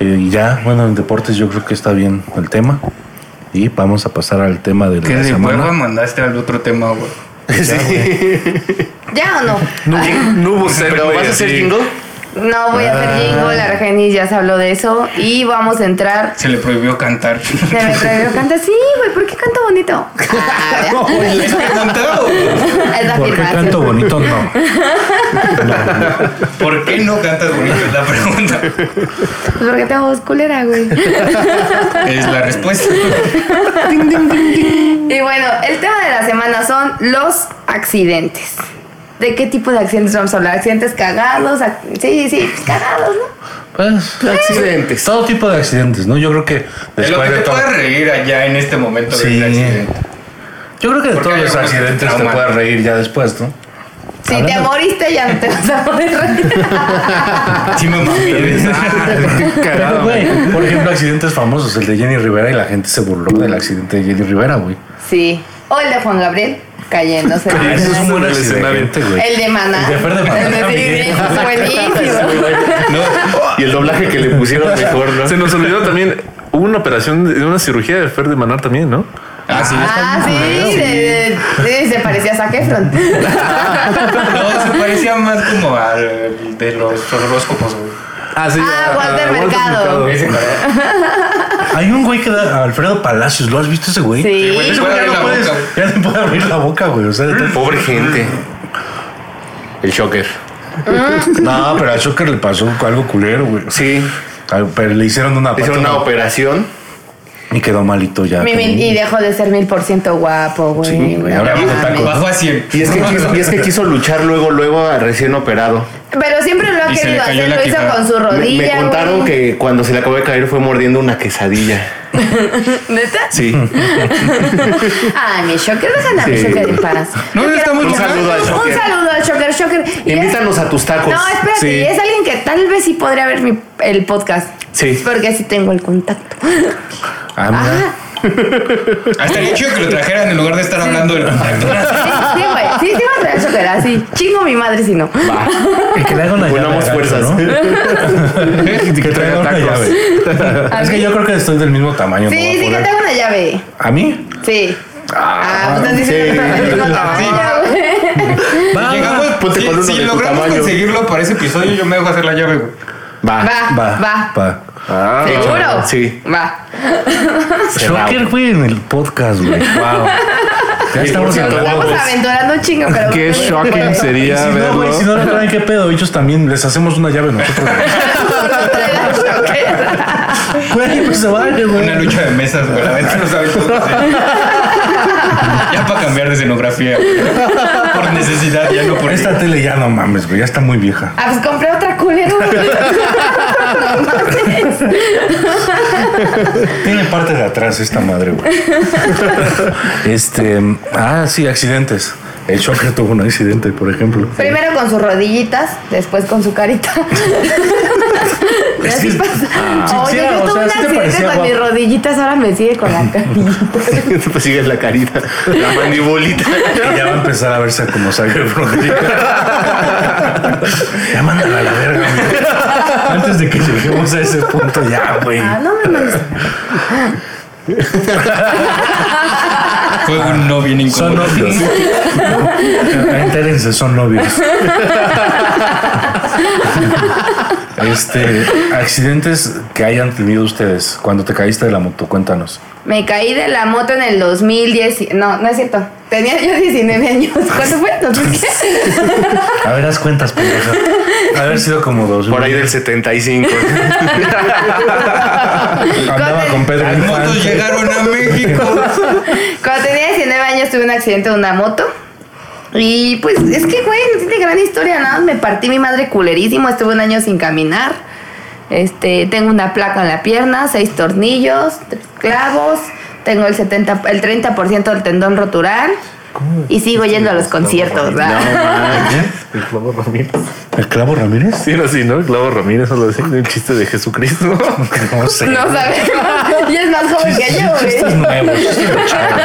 Speaker 5: Y ya, bueno, en deportes yo creo que está bien el tema. Y vamos a pasar al tema de
Speaker 4: Que
Speaker 5: la
Speaker 4: de hueva
Speaker 5: semana.
Speaker 4: mandaste al otro tema, güey.
Speaker 3: ¿Ya o no?
Speaker 7: No hubo ser,
Speaker 6: Pero
Speaker 7: güey,
Speaker 6: vas a hacer
Speaker 7: así.
Speaker 6: jingle.
Speaker 3: No voy a hacer jingle, Argenis ya se habló de eso. Y vamos a entrar.
Speaker 4: Se le prohibió cantar.
Speaker 3: Se me atrevió, canta sí, güey, ¿por qué canta bonito? Ah, ya.
Speaker 4: ¿Les preguntado?
Speaker 3: es la
Speaker 5: ¿Por qué
Speaker 3: afirmación.
Speaker 5: canto bonito? No.
Speaker 4: ¿Por qué no cantas bonito? Es la pregunta.
Speaker 3: Pues porque tengo voz culera, güey.
Speaker 4: Es la respuesta.
Speaker 3: Y bueno, el tema de la semana son los accidentes. ¿De qué tipo de accidentes vamos a hablar? Accidentes cagados, ac- sí, sí, pues, cagados, ¿no?
Speaker 5: Pues,
Speaker 6: Accidentes.
Speaker 5: todo tipo de accidentes, ¿no? Yo creo que
Speaker 4: De lo que
Speaker 5: después de
Speaker 4: te
Speaker 5: todo.
Speaker 4: puedes reír allá en este momento
Speaker 5: Sí.
Speaker 4: del accidente.
Speaker 5: Yo creo que de
Speaker 4: Porque
Speaker 5: todos
Speaker 4: hay
Speaker 5: los
Speaker 4: algunos que te
Speaker 5: accidentes te
Speaker 4: trauman.
Speaker 5: puedes reír ya después, ¿no?
Speaker 3: Si te
Speaker 5: Hablando-
Speaker 3: moriste ya no te vas a poder reír.
Speaker 4: Sí, me mamé.
Speaker 7: Ah,
Speaker 5: Pero, güey, por ejemplo, accidentes famosos, el de Jenny Rivera y la gente se burló del accidente de Jenny Rivera, güey.
Speaker 3: Sí. O el de Juan Gabriel cayéndose.
Speaker 5: Ah, Ese es un buen
Speaker 7: El
Speaker 5: accidente,
Speaker 7: escenario.
Speaker 5: güey.
Speaker 3: El de Maná.
Speaker 5: El de Fer de Maná
Speaker 3: El de
Speaker 5: también.
Speaker 3: Piribiri, buenísimo.
Speaker 6: Y el doblaje que le pusieron mejor, ¿no?
Speaker 7: Se nos olvidó también hubo una operación, de- una cirugía de Fer de Manar también, ¿no?
Speaker 4: Ah, sí.
Speaker 3: Ah, sí, de- de- sí, se parecía a Zac Efron.
Speaker 4: No, se parecía más como al de los horóscopos, güey.
Speaker 7: Ah, sí.
Speaker 3: Ah,
Speaker 7: a- a-
Speaker 3: Walter Mercado.
Speaker 4: Ese
Speaker 7: Mercado.
Speaker 4: para-
Speaker 5: Hay un güey que da Alfredo Palacios, ¿lo has visto ese güey?
Speaker 3: Sí.
Speaker 4: güey,
Speaker 5: Ese
Speaker 4: Puede
Speaker 5: güey ya
Speaker 4: abrir
Speaker 5: no
Speaker 4: la
Speaker 5: puedes,
Speaker 4: boca,
Speaker 5: ya no puede abrir la boca, güey. O sea, de tanto-
Speaker 6: Pobre gente. El shocker.
Speaker 3: Ah.
Speaker 5: no, Ah, pero a Shocker le pasó algo culero, güey.
Speaker 6: Sí.
Speaker 5: Al- Pero le hicieron una
Speaker 6: Hicieron
Speaker 5: pata,
Speaker 6: una
Speaker 5: güey,
Speaker 6: operación.
Speaker 5: y quedó malito ya.
Speaker 3: Mi- mi-
Speaker 5: también.
Speaker 3: y dejó de ser mil por ciento guapo, güey.
Speaker 5: Sí, güey,
Speaker 3: No
Speaker 5: ahora
Speaker 4: Ya
Speaker 5: viene
Speaker 3: mames.
Speaker 5: taco.
Speaker 4: Bajó a 100.
Speaker 6: Y es que quiso, y es que quiso luchar luego, luego a recién operado.
Speaker 3: Pero siempre lo ha
Speaker 4: Y se le
Speaker 3: querido
Speaker 4: cayó
Speaker 3: hacer,
Speaker 4: la
Speaker 3: lo hizo
Speaker 4: quijada.
Speaker 3: con su
Speaker 6: Me, me
Speaker 3: rodilla.
Speaker 6: contaron
Speaker 3: güey.
Speaker 6: que cuando se le acabó de caer fue mordiendo una quesadilla.
Speaker 3: ¿Neta?
Speaker 6: Sí.
Speaker 3: Ay, mi Shocker, dejan a mi
Speaker 6: Sí.
Speaker 3: Shocker en paz.
Speaker 4: No,
Speaker 3: Yo
Speaker 4: estamos
Speaker 3: quiero-
Speaker 6: Un saludo al
Speaker 3: Un
Speaker 6: Shocker.
Speaker 3: saludo al Shocker, Shocker. Y es-
Speaker 6: Invítanos a tus tacos.
Speaker 3: No, espérate,
Speaker 6: Sí.
Speaker 3: y es alguien que tal vez sí podría ver mi, el podcast.
Speaker 6: Sí.
Speaker 3: Porque así tengo el contacto.
Speaker 5: Ah, mira.
Speaker 3: Ah,
Speaker 4: Hasta el hecho de que lo trajeran en lugar de estar hablando del contacto.
Speaker 3: sí, Ah, sí, güey. Sí, sí, va a traer Shocker, así. Chingo a mi madre si no.
Speaker 6: Va.
Speaker 5: Y que le haga una llave.
Speaker 6: Unamos
Speaker 5: al gato,
Speaker 6: fuerzas.
Speaker 5: ¿no? Que traiga una llave. Es que yo creo que estoy del mismo tamaño. no voy
Speaker 3: Sí,
Speaker 5: a
Speaker 3: sí, que
Speaker 5: poder.
Speaker 3: tengo una llave.
Speaker 5: ¿A mí?
Speaker 3: Sí. Ah, pues así se güey.
Speaker 5: Va,
Speaker 4: Llegamos,
Speaker 6: Ponte
Speaker 4: si,
Speaker 6: con uno
Speaker 4: si
Speaker 6: de tu
Speaker 4: logramos
Speaker 6: tamaño.
Speaker 4: conseguirlo para ese episodio, yo me dejo hacer la llave, güey.
Speaker 6: Va.
Speaker 3: Va, va.
Speaker 5: Va. va.
Speaker 6: Ah,
Speaker 3: ¿Seguro?
Speaker 6: Sí.
Speaker 3: Va.
Speaker 6: Cerrado.
Speaker 5: Shocker, güey, en el podcast, güey. Wow. Ya estamos
Speaker 6: Sí,
Speaker 5: hablando.
Speaker 3: Estamos aventurando un chingo, pero.
Speaker 7: Qué shocking
Speaker 5: Y
Speaker 7: sería
Speaker 5: si no, güey,
Speaker 7: verlo.
Speaker 5: si no le traen, ¿qué pedo? Ellos también les hacemos una llave nosotros. Güey, pues se vale, güey.
Speaker 4: Una lucha de mesas, güey. La gente no sabe cómo hacer. Ya para cambiar de escenografía. güey. Por necesidad, ya no por
Speaker 5: Esta tele ya no mames, güey. Ya está muy vieja.
Speaker 3: Ah, pues compré otra culera. No mames.
Speaker 5: Tiene parte de atrás esta madre, güey. Este. Ah, sí, accidentes. El Shocker tuvo un accidente, por ejemplo.
Speaker 3: Primero con sus rodillitas, después con su carita. Y así
Speaker 5: Es que-
Speaker 3: pasa.
Speaker 5: Ah.
Speaker 3: Oye,
Speaker 5: Sí,
Speaker 3: yo
Speaker 5: o
Speaker 3: tuve un
Speaker 5: sea, sí te
Speaker 3: accidente
Speaker 5: parecía
Speaker 3: con mis
Speaker 5: guapo.
Speaker 3: rodillitas, ahora me sigue con la carita.
Speaker 6: Pues sigues la carita. La mandibolita.
Speaker 5: Y ya va a empezar a verse como sangre frontera. ya mándala a la verga, güey. Antes de que lleguemos a ese punto, ya, güey.
Speaker 3: Ah, no me mandes.
Speaker 4: Fue un no bien
Speaker 5: Son
Speaker 4: incómodo.
Speaker 5: novios. Ah, Entérense, son novios. Este, accidentes que hayan tenido ustedes cuando te caíste de la moto, cuéntanos.
Speaker 3: Me caí de la moto en el 2010. No, no es cierto. Tenía yo 19 años. ¿Cuánto fue? ¿2010?
Speaker 5: A ver, haz cuentas, pendeja. Haber sido como dos.
Speaker 6: Por ahí del 75.
Speaker 5: Andaba con Pedro
Speaker 4: Las motos
Speaker 5: Infante.
Speaker 4: llegaron a México.
Speaker 3: Cuando tenía 19 años tuve un accidente de una moto. Y pues es que, güey, no tiene gran historia, nada. más Me partí mi madre culerísimo. Estuve un año sin caminar. Este, tengo una placa en la pierna, seis tornillos, tres clavos. Tengo el 70, el 30% del tendón rotural. Y sigo yendo a los conciertos, ¿verdad?
Speaker 7: El clavo Ramírez.
Speaker 5: ¿El clavo Ramírez?
Speaker 7: Sí, era así, ¿no? El clavo Ramírez, algo así, un chiste de Jesucristo.
Speaker 5: No sé.
Speaker 3: No sabemos. Y es más joven que yo,
Speaker 5: Chistes
Speaker 3: güey.
Speaker 5: nuevos. chistes de chavos.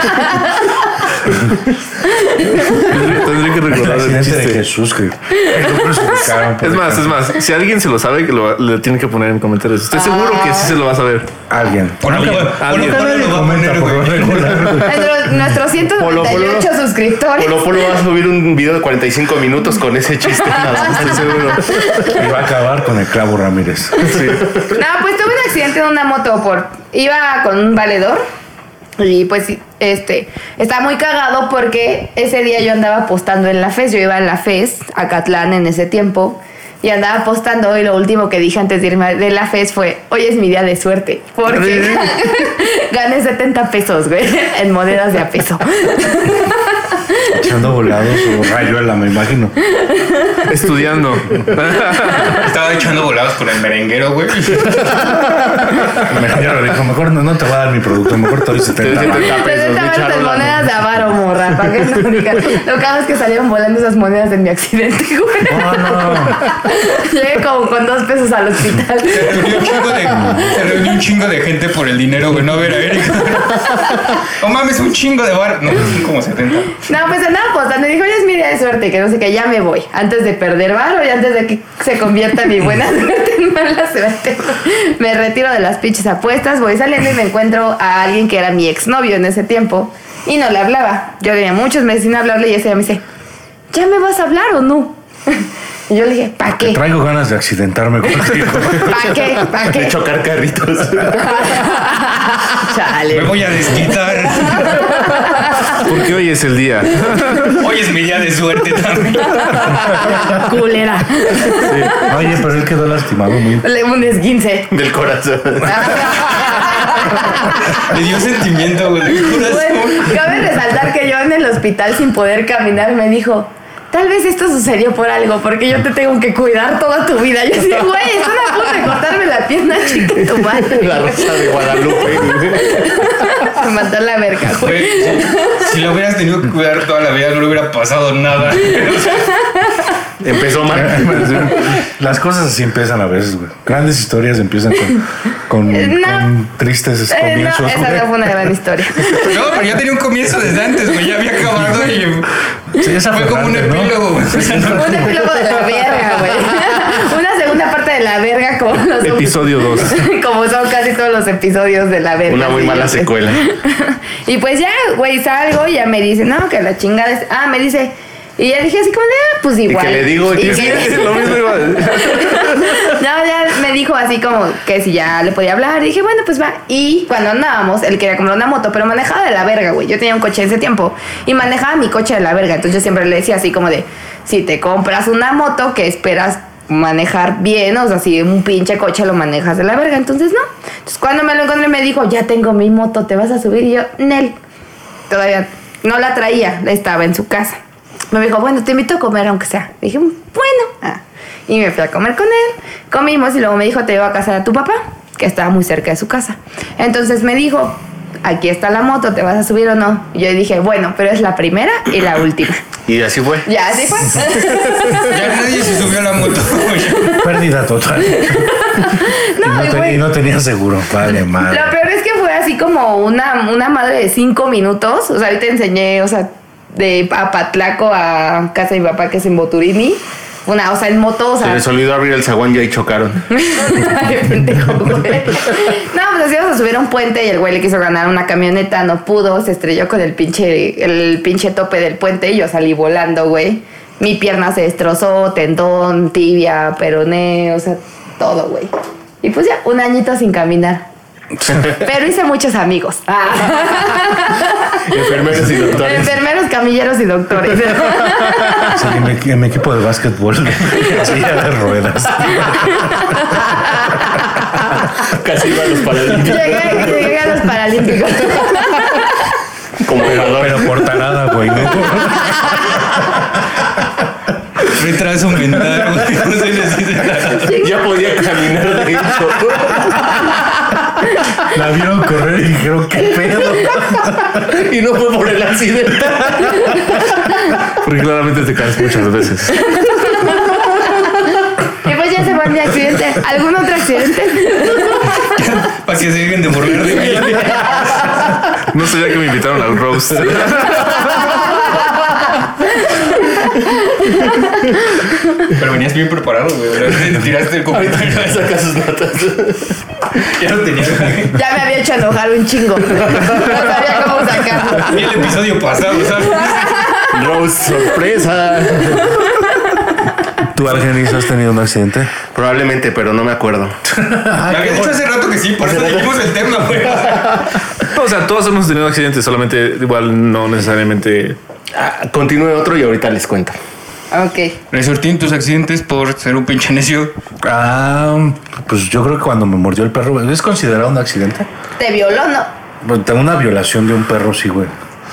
Speaker 7: Tendría que
Speaker 5: El
Speaker 7: recordar el
Speaker 5: accidente de
Speaker 7: chiste.
Speaker 5: Jesús que que lo sacaron. por
Speaker 7: Es más, es
Speaker 5: ejemplo.
Speaker 7: más. Si alguien se lo sabe, que lo, le tienen que poner en comentarios. Estoy seguro que sí se lo va a saber.
Speaker 5: Alguien.
Speaker 4: O nunca va- o
Speaker 7: Alguien.
Speaker 4: nunca nadie lo va a poner,
Speaker 5: Por lo
Speaker 4: güey.
Speaker 5: regular.
Speaker 3: Nuestro- nuestros 198 suscriptores.
Speaker 6: Polo Polo va a subir un video de 45 minutos con ese chiste. nada más, Estoy seguro.
Speaker 5: Y va a acabar con el clavo Ramírez.
Speaker 3: No, pues tuve un accidente en una moto por. Iba con un valedor. Y pues este está muy cagado porque ese día yo andaba apostando en la FES, yo iba a la FES, a Catlán en ese tiempo, y andaba apostando y lo último que dije antes de irme de la FES fue, hoy es mi día de suerte, porque gané 70 pesos, güey, en monedas de a peso.
Speaker 5: Echando volados o rayuela, me imagino.
Speaker 7: Estudiando.
Speaker 4: Estaba echando volados con el merenguero, güey.
Speaker 5: Mejor, le dijo, mejor no, no te voy a dar mi producto, mejor te doy 70.
Speaker 6: Te doy 70.
Speaker 3: Pero
Speaker 6: pesos, mi
Speaker 3: estaban
Speaker 6: charolano.
Speaker 3: las monedas de avaro, morra, para que no digas. Lo que hago es que salieron volando esas monedas de mi accidente, güey.
Speaker 5: No, no.
Speaker 3: Llegué como con dos pesos al hospital.
Speaker 4: Se reunió un chingo de, se reunió un chingo de gente por el dinero, güey. No, a ver, a ver. No mames, un chingo de bar. No, son como 70.
Speaker 3: No, pues andaba apostando y dijo, hoy es mi día de suerte, que no sé qué, ya me voy. Antes de perder varo y antes de que se convierta mi buena suerte en mala suerte. Me retiro de las pinches apuestas, voy saliendo y me encuentro a alguien que era mi exnovio en ese tiempo. Y no le hablaba. Yo tenía muchos meses sin hablarle y ese día me dice, ¿ya me vas a hablar o no? Y yo le dije, ¿para qué?
Speaker 5: Traigo ganas de accidentarme contigo.
Speaker 3: ¿Para qué? ¿Para
Speaker 6: De
Speaker 3: qué?
Speaker 6: chocar carritos.
Speaker 4: Me
Speaker 3: Chale.
Speaker 4: voy a desquitar.
Speaker 7: Porque hoy es el día.
Speaker 4: Hoy es mi día de suerte también.
Speaker 3: Culera.
Speaker 5: Oye, pero él quedó lastimado muy.
Speaker 3: Le- Un esguince.
Speaker 6: Del corazón.
Speaker 4: Le dio sentimiento, güey. de
Speaker 3: Bueno,
Speaker 4: corazón.
Speaker 3: cabe resaltar que yo en el hospital sin poder caminar me dijo, tal vez esto sucedió por algo, porque yo te tengo que cuidar toda tu vida. Yo decía, güey, están a punto de cortarme la pierna, chica, tu madre.
Speaker 6: La rosa de Guadalupe.
Speaker 3: Me mató la verga, güey.
Speaker 4: Güey, si- si lo hubieras tenido que cuidar toda la vida, no le hubiera pasado nada.
Speaker 6: Empezó mal.
Speaker 5: Las cosas así empiezan a veces, güey. Grandes historias empiezan con, con,
Speaker 3: Eh, No.
Speaker 5: con tristes
Speaker 3: Eh, no,
Speaker 5: comienzos.
Speaker 3: esa
Speaker 5: güey.
Speaker 3: no fue una gran historia.
Speaker 4: No, pero ya tenía un comienzo desde antes, güey. Ya había acabado y.
Speaker 5: Sí, esa
Speaker 4: fue
Speaker 5: fue
Speaker 4: como un
Speaker 5: grande, ¿no?
Speaker 4: epílogo, güey. O sea, no-
Speaker 3: Un epílogo de la verga, güey. Una segunda parte de la verga como los
Speaker 7: Episodio 2.
Speaker 3: Como son casi todos los episodios de la verga.
Speaker 6: Una muy
Speaker 3: sí,
Speaker 6: mala
Speaker 3: yo sé.
Speaker 6: secuela.
Speaker 3: Y pues ya, güey, salgo y ya me dice, no, que la chingada es... Ah, me dice... Y ya dije así como, ah, pues igual.
Speaker 6: le digo,
Speaker 3: Y
Speaker 6: y
Speaker 3: que-
Speaker 6: es-
Speaker 7: Lo mismo iba a decir.
Speaker 3: No, ya me dijo así como que si ya le podía hablar. Y dije, bueno, pues va. Y cuando andábamos, él quería comprar una moto, pero manejaba de la verga, güey. Yo tenía un coche en ese tiempo y manejaba mi coche de la verga. Entonces yo siempre le decía así como de, si te compras una moto que esperas manejar bien, o sea, si un pinche coche lo manejas de la verga, entonces no. Entonces cuando me lo encontré me dijo, ya tengo mi moto, te vas a subir. Y yo, Nel, todavía no la traía, estaba en su casa. Me dijo, bueno, te invito a comer aunque sea. Dije, bueno. Ah. Y me fui a comer con él, comimos y luego me dijo, te llevo a casa de tu papá, que estaba muy cerca de su casa. Entonces me dijo, aquí está la moto, ¿te vas a subir o no? Y yo dije, bueno, pero es la primera y la última.
Speaker 6: Y así fue.
Speaker 3: Ya, así fue.
Speaker 4: Ya nadie se subió a la moto, güey.
Speaker 5: Pérdida total. y, no
Speaker 3: y
Speaker 5: te-
Speaker 3: güey.
Speaker 5: y no tenía seguro. Vale, madre.
Speaker 3: Lo peor es que fue así como una, una madre de cinco minutos. O sea, ahorita enseñé, o sea, de a Patlaco a casa de mi papá que es en Boturini. Una, o sea, en moto, o
Speaker 6: Se
Speaker 3: sea,
Speaker 6: les olvidó abrir el zaguán y ahí chocaron.
Speaker 3: Ay, pendejo, güey. No, pues nos íbamos a subir a un puente y el güey le quiso ganar una camioneta, no pudo, se estrelló con el pinche, el pinche tope del puente y yo salí volando, güey. Mi pierna se destrozó, tendón, tibia, peroné, o sea, todo, güey. Y pues ya, un añito sin caminar. Pero hice muchos amigos. Ah,
Speaker 6: Enfermeros y doctores.
Speaker 3: Enfermeros, camilleros y doctores.
Speaker 5: Sí, en, mi, en mi equipo de básquetbol, silla de ruedas.
Speaker 6: Casi iban los paralímpicos.
Speaker 3: llegué, llegué a los Paralímpicos.
Speaker 6: Como jugador.
Speaker 5: Pero por tarada, güey. ¿no?
Speaker 4: Retraso mental, güey. No se les dice nada.
Speaker 6: Ya podía caminar, de hecho.
Speaker 5: La vieron correr y dijeron, ¿qué pedo?
Speaker 6: Y no fue por el accidente.
Speaker 7: Porque claramente te caes muchas veces.
Speaker 3: Y pues ya se fue mi accidente. ¿Algún otro accidente?
Speaker 4: Para que se dejen de morrer de mí.
Speaker 7: No sabía que me invitaron al roast.
Speaker 4: Pero venías bien preparado, güey. ¿verdad? Tiraste el comentario.
Speaker 6: Ahorita saca sus notas.
Speaker 4: Ya lo tenía. güey.
Speaker 3: Ya me había hecho enojar un chingo. No sabía cómo sacarlo.
Speaker 4: Vi el episodio pasado, ¿sabes?
Speaker 6: Rose, sorpresa.
Speaker 5: ¿Tú, Argenis, has tenido un accidente?
Speaker 6: Probablemente, pero no me acuerdo.
Speaker 4: Me habías dicho hace rato que sí, por eso dijimos el tema, güey.
Speaker 7: O sea, todos hemos tenido accidentes, solamente igual no necesariamente.
Speaker 6: Ah, Continúe otro y ahorita les cuento.
Speaker 3: Ok.
Speaker 4: Resortí en tus accidentes por ser un pinche necio.
Speaker 5: Ah, pues yo creo que cuando me mordió el perro, ¿es considerado un accidente?
Speaker 3: ¿Te violó? No.
Speaker 5: Bueno, tengo una violación de un perro, sí, güey.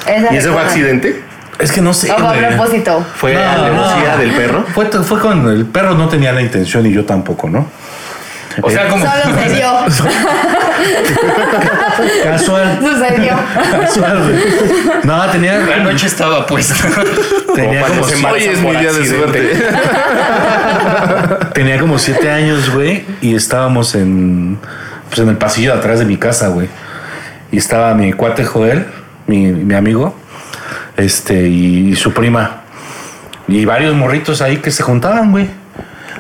Speaker 3: Esa
Speaker 6: ¿Y ese fue
Speaker 3: persona.
Speaker 6: accidente?
Speaker 5: Es que no sé,
Speaker 3: O fue a
Speaker 5: güey.
Speaker 3: propósito.
Speaker 6: ¿Fue
Speaker 5: No,
Speaker 6: la alevosía
Speaker 5: no.
Speaker 6: del perro?
Speaker 5: Fue, fue con el perro, no tenía la intención y yo tampoco, ¿no?
Speaker 4: O sea, como.
Speaker 3: Solo se dio.
Speaker 5: Eh, Casual.
Speaker 3: Sucedió.
Speaker 5: casual. güey. No,
Speaker 4: La
Speaker 5: tenía,
Speaker 4: noche estaba puesta.
Speaker 5: tenía, como,
Speaker 6: parece
Speaker 5: si-
Speaker 6: mal.
Speaker 7: Hoy es mi día de
Speaker 6: Accidente.
Speaker 7: suerte.
Speaker 5: tenía como siete años, güey, y estábamos en, pues en el pasillo de atrás de mi casa, güey. Y estaba mi cuate Joel, mi, mi amigo, este, y, su prima. Y varios morritos ahí que se juntaban, güey.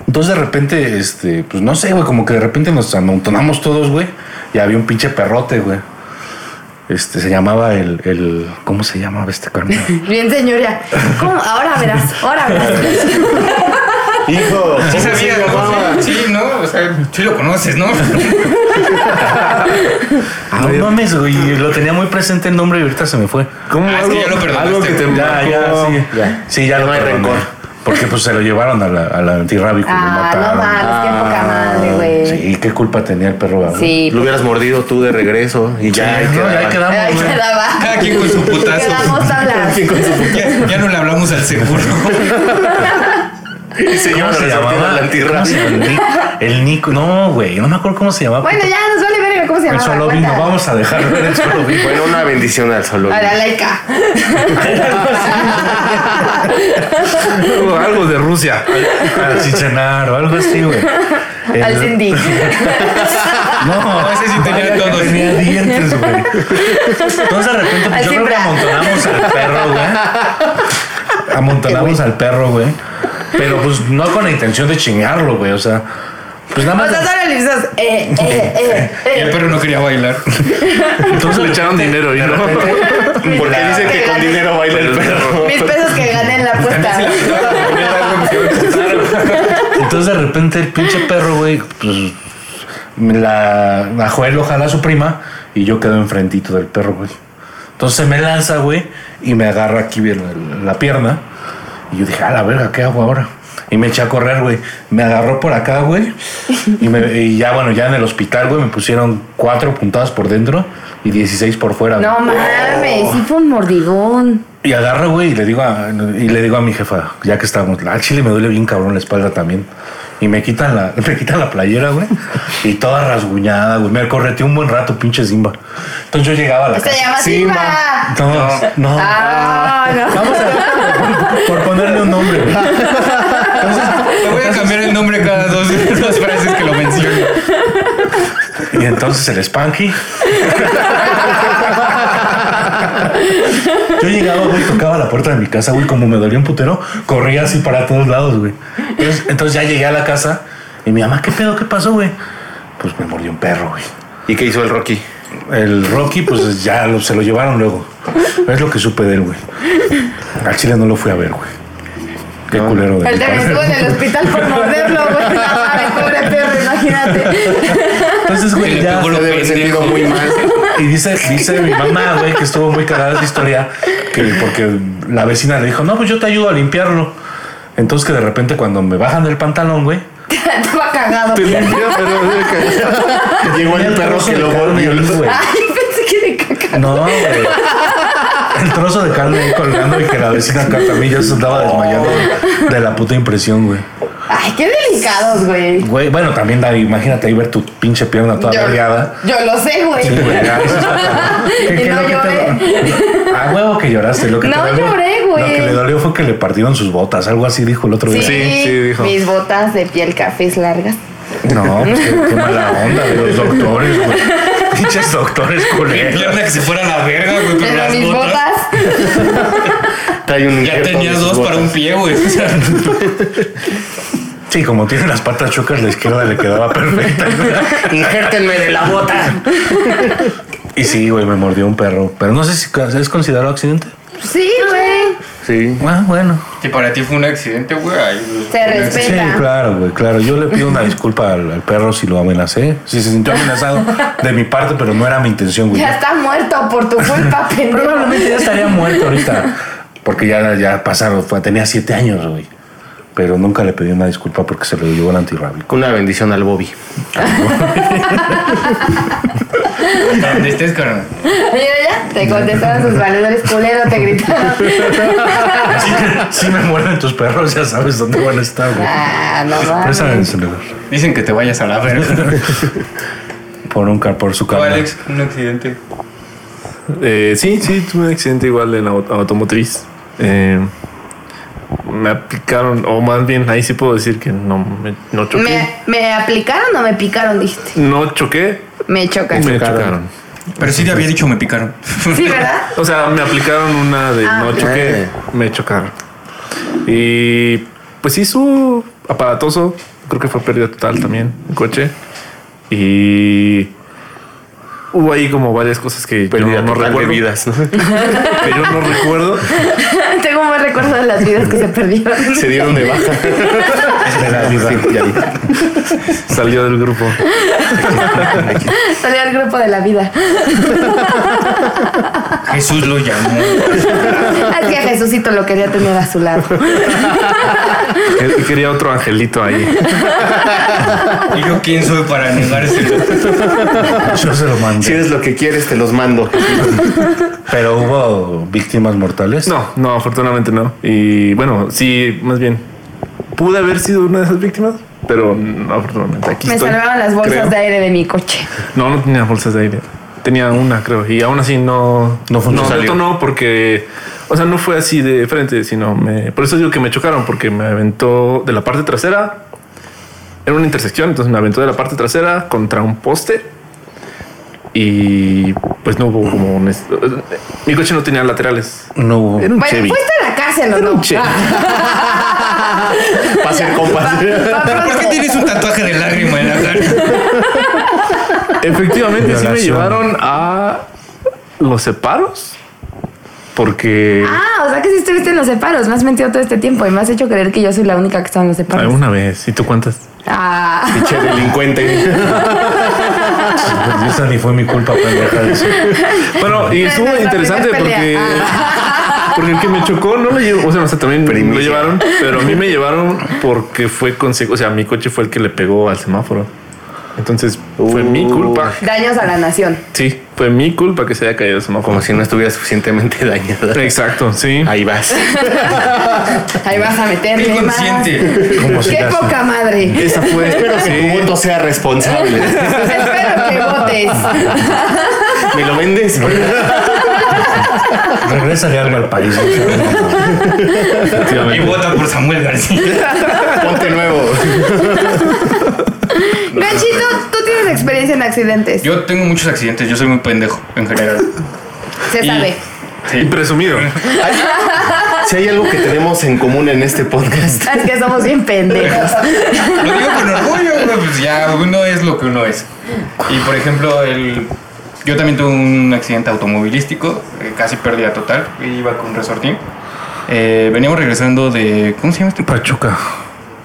Speaker 5: Entonces de repente, este, pues no sé, güey, como que de repente nos amontonamos todos, güey. Y había un pinche perrote, güey. Este, se llamaba el, el, ¿cómo se llamaba este carnal?
Speaker 3: Bien, señora. ¿Cómo? Ahora verás. Ahora verás.
Speaker 6: Hijo,
Speaker 4: Sí
Speaker 6: ¿cómo se
Speaker 4: sabía,
Speaker 6: llamaba?
Speaker 4: ¿no? Sí, ¿no? O sea, sí lo conoces, ¿no?
Speaker 5: No mames, güey, lo tenía muy presente el nombre y ahorita se me fue.
Speaker 7: ¿Cómo
Speaker 4: Ah, es que ya lo perdonaste,
Speaker 7: algo que te
Speaker 4: güey.
Speaker 5: este Ya, ya,
Speaker 7: marcó?
Speaker 5: sí.
Speaker 6: Ya.
Speaker 5: Sí, ya
Speaker 6: Ya
Speaker 5: lo
Speaker 6: no hay
Speaker 5: perdoné.
Speaker 6: rencor.
Speaker 5: Porque pues se lo llevaron a la, a la antirrábico y lo
Speaker 3: Ah, no
Speaker 5: mataron.
Speaker 3: mames, qué poca
Speaker 5: Ah.
Speaker 3: madre, güey. Sí.
Speaker 5: Sí, ¿qué culpa tenía el perro? güey?
Speaker 6: Lo hubieras mordido tú de regreso y ya. ahí
Speaker 5: No,
Speaker 6: quedaba.
Speaker 5: ya quedamos,
Speaker 3: Ahí
Speaker 5: güey.
Speaker 3: quedaba.
Speaker 4: Cada quien con su putazo.
Speaker 3: Quedamos tablas.
Speaker 4: Ya, ya no le hablamos al seguro.
Speaker 6: Y se
Speaker 5: ¿Cómo
Speaker 6: llevan
Speaker 5: se
Speaker 6: a la
Speaker 5: llamaba? ¿Cómo se
Speaker 6: antirrábica.
Speaker 5: llama? El Nico. El Nico. No, güey, no me acuerdo cómo se llamaba.
Speaker 3: Bueno, ya nos vale verga cómo se
Speaker 5: el
Speaker 3: llama.
Speaker 5: solo vino. Vamos a dejar el solo vino.
Speaker 6: Bueno, una bendición al solo.
Speaker 3: A la laica.
Speaker 7: Algo- Algo de Rusia.
Speaker 5: Al Chichenar o algo así, güey. El-
Speaker 3: Al Cindy.
Speaker 5: No,
Speaker 4: ese sí tenía
Speaker 5: vaya que
Speaker 4: todos.
Speaker 5: Tenía dientes, güey. Entonces de repente, pues,
Speaker 3: Al
Speaker 5: yo creo que
Speaker 3: Cifra.
Speaker 5: amontonamos al perro, güey. Amontonamos al perro, güey. Pero pues no con la intención de chingarlo, güey. O sea, pues nada
Speaker 3: O
Speaker 5: más.
Speaker 3: sea, solo le dices, eh, eh, eh,
Speaker 4: Y el
Speaker 3: eh.
Speaker 4: perro no quería bailar.
Speaker 5: Entonces
Speaker 7: Le echaron dinero y no.
Speaker 6: Porque dicen que con dinero baila el perro.
Speaker 3: Mis pesos que gané en la apuesta.
Speaker 5: Entonces de repente el pinche perro, güey, pues me la, la Joel lo jala a su prima y yo quedo enfrentito del perro, güey. Entonces me lanza, güey, y me agarra aquí bien la, la pierna. Y yo dije, a la verga, ¿qué hago ahora? Y me eché a correr, güey. Me agarró por acá, güey. Y, me- y ya, bueno, ya en el hospital, güey, me pusieron cuatro puntadas por dentro y 16 por fuera. güey.
Speaker 3: No mames, sí fue un mordigón.
Speaker 5: Y agarro, güey, y le digo a, y le digo a mi jefa, ya que estábamos, la chile me duele bien cabrón la espalda también. Y me quitan la, me quitan la playera, güey. Y toda rasguñada, güey. Me correteé un buen rato, pinche Simba. Entonces yo llegaba a la
Speaker 3: Se
Speaker 5: casa.
Speaker 3: llama Simba.
Speaker 5: No, no.
Speaker 3: Ah, no.
Speaker 5: Vamos a por, ponerle un nombre, güey.
Speaker 4: Le voy a cambiar el nombre cada dos, dos frases que lo menciono.
Speaker 5: Y entonces el Spanky. Yo llegaba, güey, tocaba la puerta de mi casa, güey, como me dolía un putero, corría así para todos lados, güey. Entonces, entonces ya llegué a la casa y mi mamá, ¿qué pedo? ¿Qué pasó, güey? Pues me mordió un perro, güey.
Speaker 6: ¿Y qué hizo el Rocky?
Speaker 5: El Rocky, pues ya lo- se lo llevaron luego. Es lo que supe de él, güey. Al chile no lo fui a ver, güey. Qué culero de
Speaker 3: El
Speaker 5: mi
Speaker 3: también
Speaker 5: parte.
Speaker 3: estuvo en el hospital por morderlo, güey. No mames, pobre perro, imagínate.
Speaker 5: Entonces,
Speaker 4: Y
Speaker 5: güey,
Speaker 4: le
Speaker 5: ya.
Speaker 4: pegó lo
Speaker 6: Se debe haber sentido
Speaker 4: pendejo.
Speaker 6: muy mal.
Speaker 5: Y dice, dice mi mamá, güey, que estuvo muy cagada esa historia, que porque la vecina le dijo, no, pues yo te ayudo a limpiarlo. Entonces que de repente cuando me bajan del pantalón, güey,
Speaker 3: Estaba cagado.
Speaker 6: Llegó el perro
Speaker 5: trozo
Speaker 6: que
Speaker 5: de
Speaker 6: lo
Speaker 5: carne
Speaker 6: volvió.
Speaker 5: ahí, güey.
Speaker 3: Ay, pensé que de caca.
Speaker 5: No, güey. El trozo de carne ahí colgando y que la vecina también ya se andaba desmayando de la puta impresión, güey.
Speaker 3: Ay, qué delicados, güey.
Speaker 5: Güey, bueno, también, Dani, imagínate ahí ver tu pinche pierna toda vergueada.
Speaker 3: yo lo sé, güey.
Speaker 5: Sí, güey, ya, eso está- ¿Qué-
Speaker 3: Y
Speaker 5: qué
Speaker 3: Eh, no
Speaker 5: lo que te- A huevo que lloraste. Lo que te
Speaker 3: No
Speaker 5: dolió-
Speaker 3: lloré, güey.
Speaker 5: Lo que le dolió fue que le partieron sus botas, algo así dijo el otro día.
Speaker 7: Sí, sí, dijo.
Speaker 3: Mis botas de piel cafés largas.
Speaker 5: No, pues qué, qué mala onda de los doctores, güey. Pinches doctores
Speaker 4: Mi
Speaker 5: culeros.
Speaker 4: pierna que se fuera a la verga, güey, pero
Speaker 3: Pero
Speaker 4: las
Speaker 3: mis
Speaker 4: botas.
Speaker 3: botas.
Speaker 6: Trae un
Speaker 4: Ya
Speaker 6: injerto
Speaker 4: tenía
Speaker 6: de sus
Speaker 4: dos para
Speaker 6: botas.
Speaker 4: un pie, güey. O sea,
Speaker 5: Sí, como tiene las patas chocas, la izquierda le quedaba perfecta.
Speaker 6: Injértenme de la bota.
Speaker 5: Y sí, güey, me mordió un perro. Pero no sé si es considerado accidente.
Speaker 3: Sí, güey.
Speaker 6: Sí.
Speaker 5: Ah, bueno.
Speaker 4: que para ti fue un accidente, güey. Ay, güey.
Speaker 3: Se
Speaker 5: Sí,
Speaker 3: respeta.
Speaker 5: claro, güey, claro. Yo le pido una disculpa al, al perro si lo amenacé. Si se sintió amenazado de mi parte, pero no era mi intención, güey.
Speaker 3: Ya está muerto por tu culpa, pendejo.
Speaker 5: Probablemente ya estaría muerto ahorita. Porque ya, ya pasaron, fue- tenía siete años, güey. Pero nunca le pedí una disculpa porque se lo llevó el antirrábico.
Speaker 6: Una bendición al Bobby.
Speaker 4: ¿Dónde estés, carnal?
Speaker 3: Mira, ya te contestaron sus valedores culero, te gritaron.
Speaker 5: Si me muerden tus perros, ya sabes dónde van a estar, güey.
Speaker 3: Ah, no mames.
Speaker 5: Préstame el celular.
Speaker 4: Dicen que te vayas a la verga.
Speaker 5: Por un car, por su
Speaker 4: Tú,
Speaker 5: carro.
Speaker 4: Alex, un accidente.
Speaker 7: Eh, sí, sí, tuve un accidente igual en la aut- automotriz. Eh, me aplicaron, o más bien, ahí sí puedo decir que no, me, no choqué.
Speaker 3: ¿Me, ¿Me aplicaron o me picaron? Dijiste.
Speaker 7: No choqué,
Speaker 3: Me chocan.
Speaker 7: me chocaron.
Speaker 4: Pero sí te había dicho, me picaron.
Speaker 3: Sí, ¿verdad?
Speaker 7: O sea, me aplicaron una de
Speaker 3: Ah.
Speaker 7: no choqué,
Speaker 6: Eh.
Speaker 7: me chocaron. Y pues sí, su aparatoso. Creo que fue pérdida total también el coche. Y hubo ahí como varias cosas que yo no recuerdo.
Speaker 6: bebidas, ¿no?
Speaker 7: Que yo no recuerdo.
Speaker 3: Tengo un buen recuerdo de las vidas que se perdieron.
Speaker 6: Se dieron de baja.
Speaker 5: De la vida.
Speaker 6: Sí, ya vi.
Speaker 7: Salió del grupo.
Speaker 3: Salí al grupo de la vida.
Speaker 4: Jesús Pues lo llamó.
Speaker 3: Es que Jesucito lo quería tener a su lado.
Speaker 7: Que- Quería otro angelito ahí.
Speaker 4: ¿Y yo quién soy para negar ese
Speaker 5: Yo se lo mandé.
Speaker 6: Si eres lo que quieres, te los mando.
Speaker 5: Pero hubo víctimas mortales.
Speaker 7: No, no, afortunadamente no. Y bueno, sí, más bien. Pude haber sido una de esas víctimas, pero no, afortunadamente aquí
Speaker 3: Me
Speaker 7: estoy,
Speaker 3: salvaban las bolsas
Speaker 7: creo.
Speaker 3: de aire de mi coche.
Speaker 7: No, no tenía bolsas de aire. Tenía una, creo. Y aún así no,
Speaker 5: No funcionó.
Speaker 7: No detonó porque, o sea, no fue así de frente, sino me. Por eso digo que me chocaron, porque me aventó de la parte trasera. Era una intersección, entonces me aventó de la parte trasera contra un poste. Y pues no hubo como un. est- Mi coche no tenía laterales.
Speaker 5: No hubo.
Speaker 7: Era un
Speaker 3: Bueno,
Speaker 7: Chevy.
Speaker 3: fuiste a la cárcel o no.
Speaker 7: Chevy.
Speaker 6: Va a ser compas.
Speaker 4: ¿Por qué tienes un tatuaje de lágrima en la cara?
Speaker 7: Efectivamente, sí me
Speaker 5: Violación.
Speaker 7: llevaron a los separos. Porque
Speaker 3: Ah, o sea que sí estuviste en los separos. Me has mentido todo este tiempo y me has hecho creer que yo soy la única que está en los
Speaker 6: Ah,
Speaker 3: separos.
Speaker 7: alguna vez, ¿y tú cuántas?
Speaker 3: Ah,
Speaker 6: Pinche delincuente.
Speaker 5: Esa ni fue mi culpa, pendeja. dice.
Speaker 7: Bueno, y
Speaker 3: Esa
Speaker 7: estuvo
Speaker 3: es la
Speaker 7: interesante
Speaker 3: primera
Speaker 7: porque.
Speaker 3: pelea. Ah.
Speaker 7: Porque el que me chocó no lo llevó. O sea, o sea, también lo
Speaker 6: Primicia.
Speaker 7: llevaron, pero a mí me llevaron porque fue consejo. O sea, mi coche fue el que le pegó al semáforo. Entonces fue
Speaker 6: Uh.
Speaker 7: mi culpa.
Speaker 3: daños a la nación.
Speaker 7: Sí, fue mi culpa que se haya caído el semáforo.
Speaker 6: Como si no estuviera suficientemente dañada.
Speaker 7: Exacto, sí.
Speaker 6: Ahí vas.
Speaker 3: Ahí vas a meterle
Speaker 4: Qué
Speaker 3: más.
Speaker 4: consciente.
Speaker 5: Como si
Speaker 3: Qué
Speaker 5: las-
Speaker 3: poca madre.
Speaker 7: Esa fue.
Speaker 6: Espero que tu
Speaker 7: sí.
Speaker 6: voto sea responsable.
Speaker 3: Espero que votes.
Speaker 6: ¿Me lo vendes?
Speaker 5: Regrésale algo al país. güey.
Speaker 4: Y vota por Samuel García.
Speaker 6: Ponte nuevo.
Speaker 3: Ganchito, tú tienes experiencia en accidentes.
Speaker 4: Yo tengo muchos accidentes, yo soy muy pendejo en general.
Speaker 3: Se
Speaker 4: Y-
Speaker 3: sabe.
Speaker 7: Y
Speaker 4: Sí.
Speaker 7: presumido.
Speaker 6: Si hay algo que tenemos en común en este podcast.
Speaker 3: Es que somos bien pendejos.
Speaker 4: Lo digo con orgullo, pero pues ya uno es lo que uno es. Y por ejemplo, el, yo también tuve un accidente automovilístico, eh, casi pérdida total, iba con resortín. Eh, veníamos regresando de, ¿cómo se llama este?
Speaker 5: Pachuca.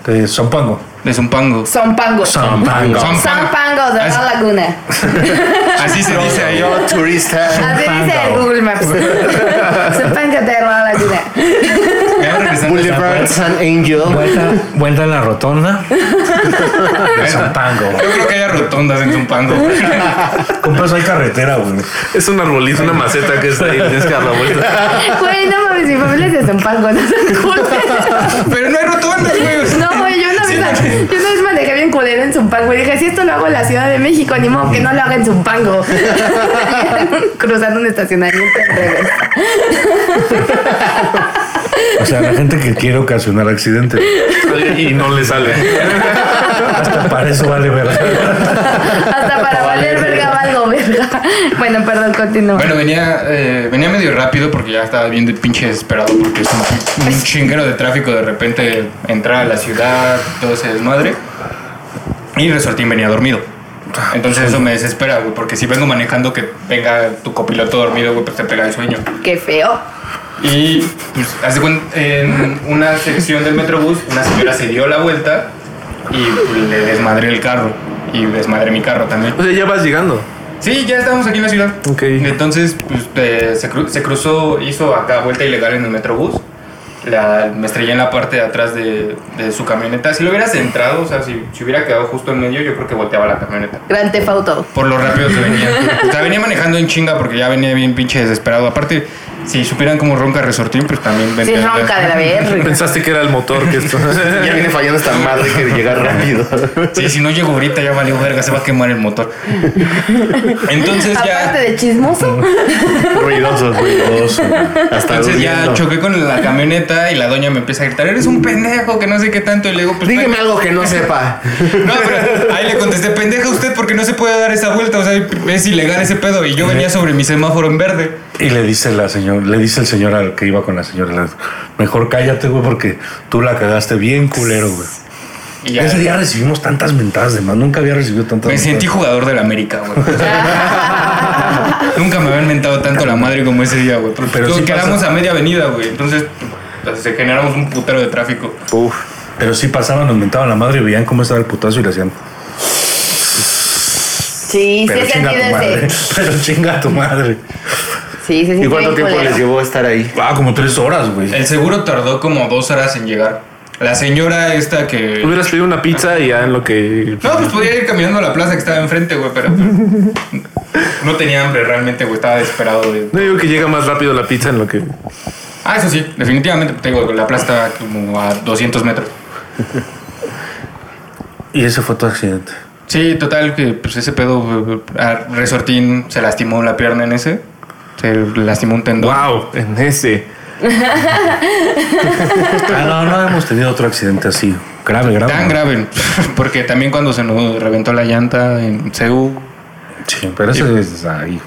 Speaker 5: De Zompango.
Speaker 4: De Zumpango.
Speaker 3: Son pangos. Son
Speaker 5: Zompango.
Speaker 4: Zompango.
Speaker 3: pangos de la laguna.
Speaker 4: Así se dice ahí.
Speaker 6: Yo, turista.
Speaker 3: Así dice el Google Maps. Son pangos de la laguna.
Speaker 4: Veníamos regresando de
Speaker 6: Boulevard San Angel.
Speaker 5: Vuelta, vuelta a la rotonda. De Zompango.
Speaker 4: Yo creo que hay rotondas en Zumpango.
Speaker 5: Compras, hay carretera, güey.
Speaker 7: Es un arbolito, una maceta que está ahí. Tienes que dar la vuelta.
Speaker 3: Güey, no mames, mi familia es de Son pangos. No se culpen.
Speaker 4: Pero no hay rotondas, güey.
Speaker 3: No, güey, yo una vez, yo una vez manejé bien culero en Zumpango y dije, si esto lo hago en la Ciudad de México, ni modo que no lo haga en Zumpango. Cruzando un estacionamiento en revés.
Speaker 5: O sea, la gente que quiere ocasionar accidentes.
Speaker 7: Y no le sale.
Speaker 5: Hasta para eso vale ver.
Speaker 3: Hasta para
Speaker 6: Para
Speaker 3: Valer verga, valgo verga. Bueno, perdón, continúa.
Speaker 4: Bueno, venía, eh, venía medio rápido porque ya estaba bien de pinche desesperado porque es un, un chinguero de tráfico de repente entrar a la ciudad, todo ese desmadre. Y Resortín venía dormido. Entonces eso me desespera, güey, porque si vengo manejando que venga tu copiloto dormido, güey, pues te pega el sueño.
Speaker 3: Qué feo.
Speaker 4: Y pues, hace en una sección del Metrobús, una señora se dio la vuelta y pues, le desmadré el carro. Y desmadré mi carro también.
Speaker 7: O sea, ya vas llegando.
Speaker 4: Sí, ya estábamos aquí en la ciudad.
Speaker 7: Ok.
Speaker 4: Entonces, pues, eh, se, cru- se cruzó, hizo acá vuelta ilegal en el metrobús. La- me estrellé en la parte de atrás de, de su camioneta. Si lo hubieras entrado, o sea, si, si hubiera quedado justo en medio, yo creo que volteaba la camioneta.
Speaker 3: Gran tefauto.
Speaker 4: Por lo rápido que venía. o sea, venía manejando en chinga porque ya venía bien pinche desesperado. Aparte, si supieran cómo ronca Resortín, pues también
Speaker 3: Sí,
Speaker 4: vendría-
Speaker 3: ronca de la verga.
Speaker 7: Pensaste que era el motor que esto.
Speaker 6: Ya viene fallando esta madre que llegar rápido.
Speaker 4: Sí, si no llego ahorita ya valió verga, se va a quemar el motor. Entonces ya...
Speaker 3: Aparte de chismoso.
Speaker 6: Ruidoso, ruidoso. Hasta
Speaker 4: Entonces ya
Speaker 6: durmiendo.
Speaker 4: choqué con la camioneta y la doña me empieza a gritar, eres un pendejo, que no sé qué tanto. Y le digo, pues...
Speaker 6: Dígame
Speaker 4: pe-
Speaker 6: algo que no sepa.
Speaker 4: No, pero ahí le contesté, pendeja usted porque no se puede dar esa vuelta, o sea, es ilegal ese pedo. Y yo venía sobre mi semáforo en verde.
Speaker 5: Y le dice la señor, le dice el señor al que iba con la señora, la- mejor cállate, güey, porque tú la cagaste bien culero, güey.
Speaker 4: Y ya...
Speaker 5: Ese día recibimos tantas mentadas de más, nunca había recibido tantas
Speaker 4: Me sentí
Speaker 5: mentadas.
Speaker 4: jugador del América, güey. Nunca me habían mentado tanto la madre como ese día, güey. Pero
Speaker 5: Pero sí
Speaker 4: quedamos
Speaker 5: pasa.
Speaker 4: a media avenida, güey. Entonces, pues, se generamos un putero de tráfico.
Speaker 5: Pero sí pasaban, nos mentaban la madre y veían cómo estaba el putazo y le hacían.
Speaker 3: Sí, sí
Speaker 5: Pero
Speaker 3: he
Speaker 5: chinga tu
Speaker 3: sentido
Speaker 5: madre.
Speaker 3: ese.
Speaker 5: Pero chinga tu madre.
Speaker 3: Sí, sí, sí.
Speaker 6: ¿Y cuánto tiempo les llevó estar ahí?
Speaker 5: Ah, como tres horas, güey.
Speaker 4: El seguro tardó como dos horas en llegar. La señora esta que...
Speaker 7: Hubieras pedido una pizza y ya en lo que.
Speaker 4: No, pues podía ir caminando a la plaza que estaba enfrente, güey, pero no tenía hambre realmente, güey, estaba desesperado. güey.
Speaker 7: No digo que llega más rápido la pizza en lo que.
Speaker 4: Ah, eso sí, definitivamente, te digo, la plaza estaba como a 200 metros.
Speaker 5: Y ese fue tu accidente.
Speaker 4: Sí, total, que pues ese pedo, güey, a Resortín se lastimó la pierna en ese, se lastimó un tendón.
Speaker 7: ¡Wow! En ese.
Speaker 5: Ah, no, no hemos tenido otro accidente así. Grave, grave.
Speaker 4: Tan
Speaker 5: ¿no?
Speaker 4: grave, porque también cuando se nos reventó la llanta en CEU,
Speaker 5: Sí, pero ese es ahí.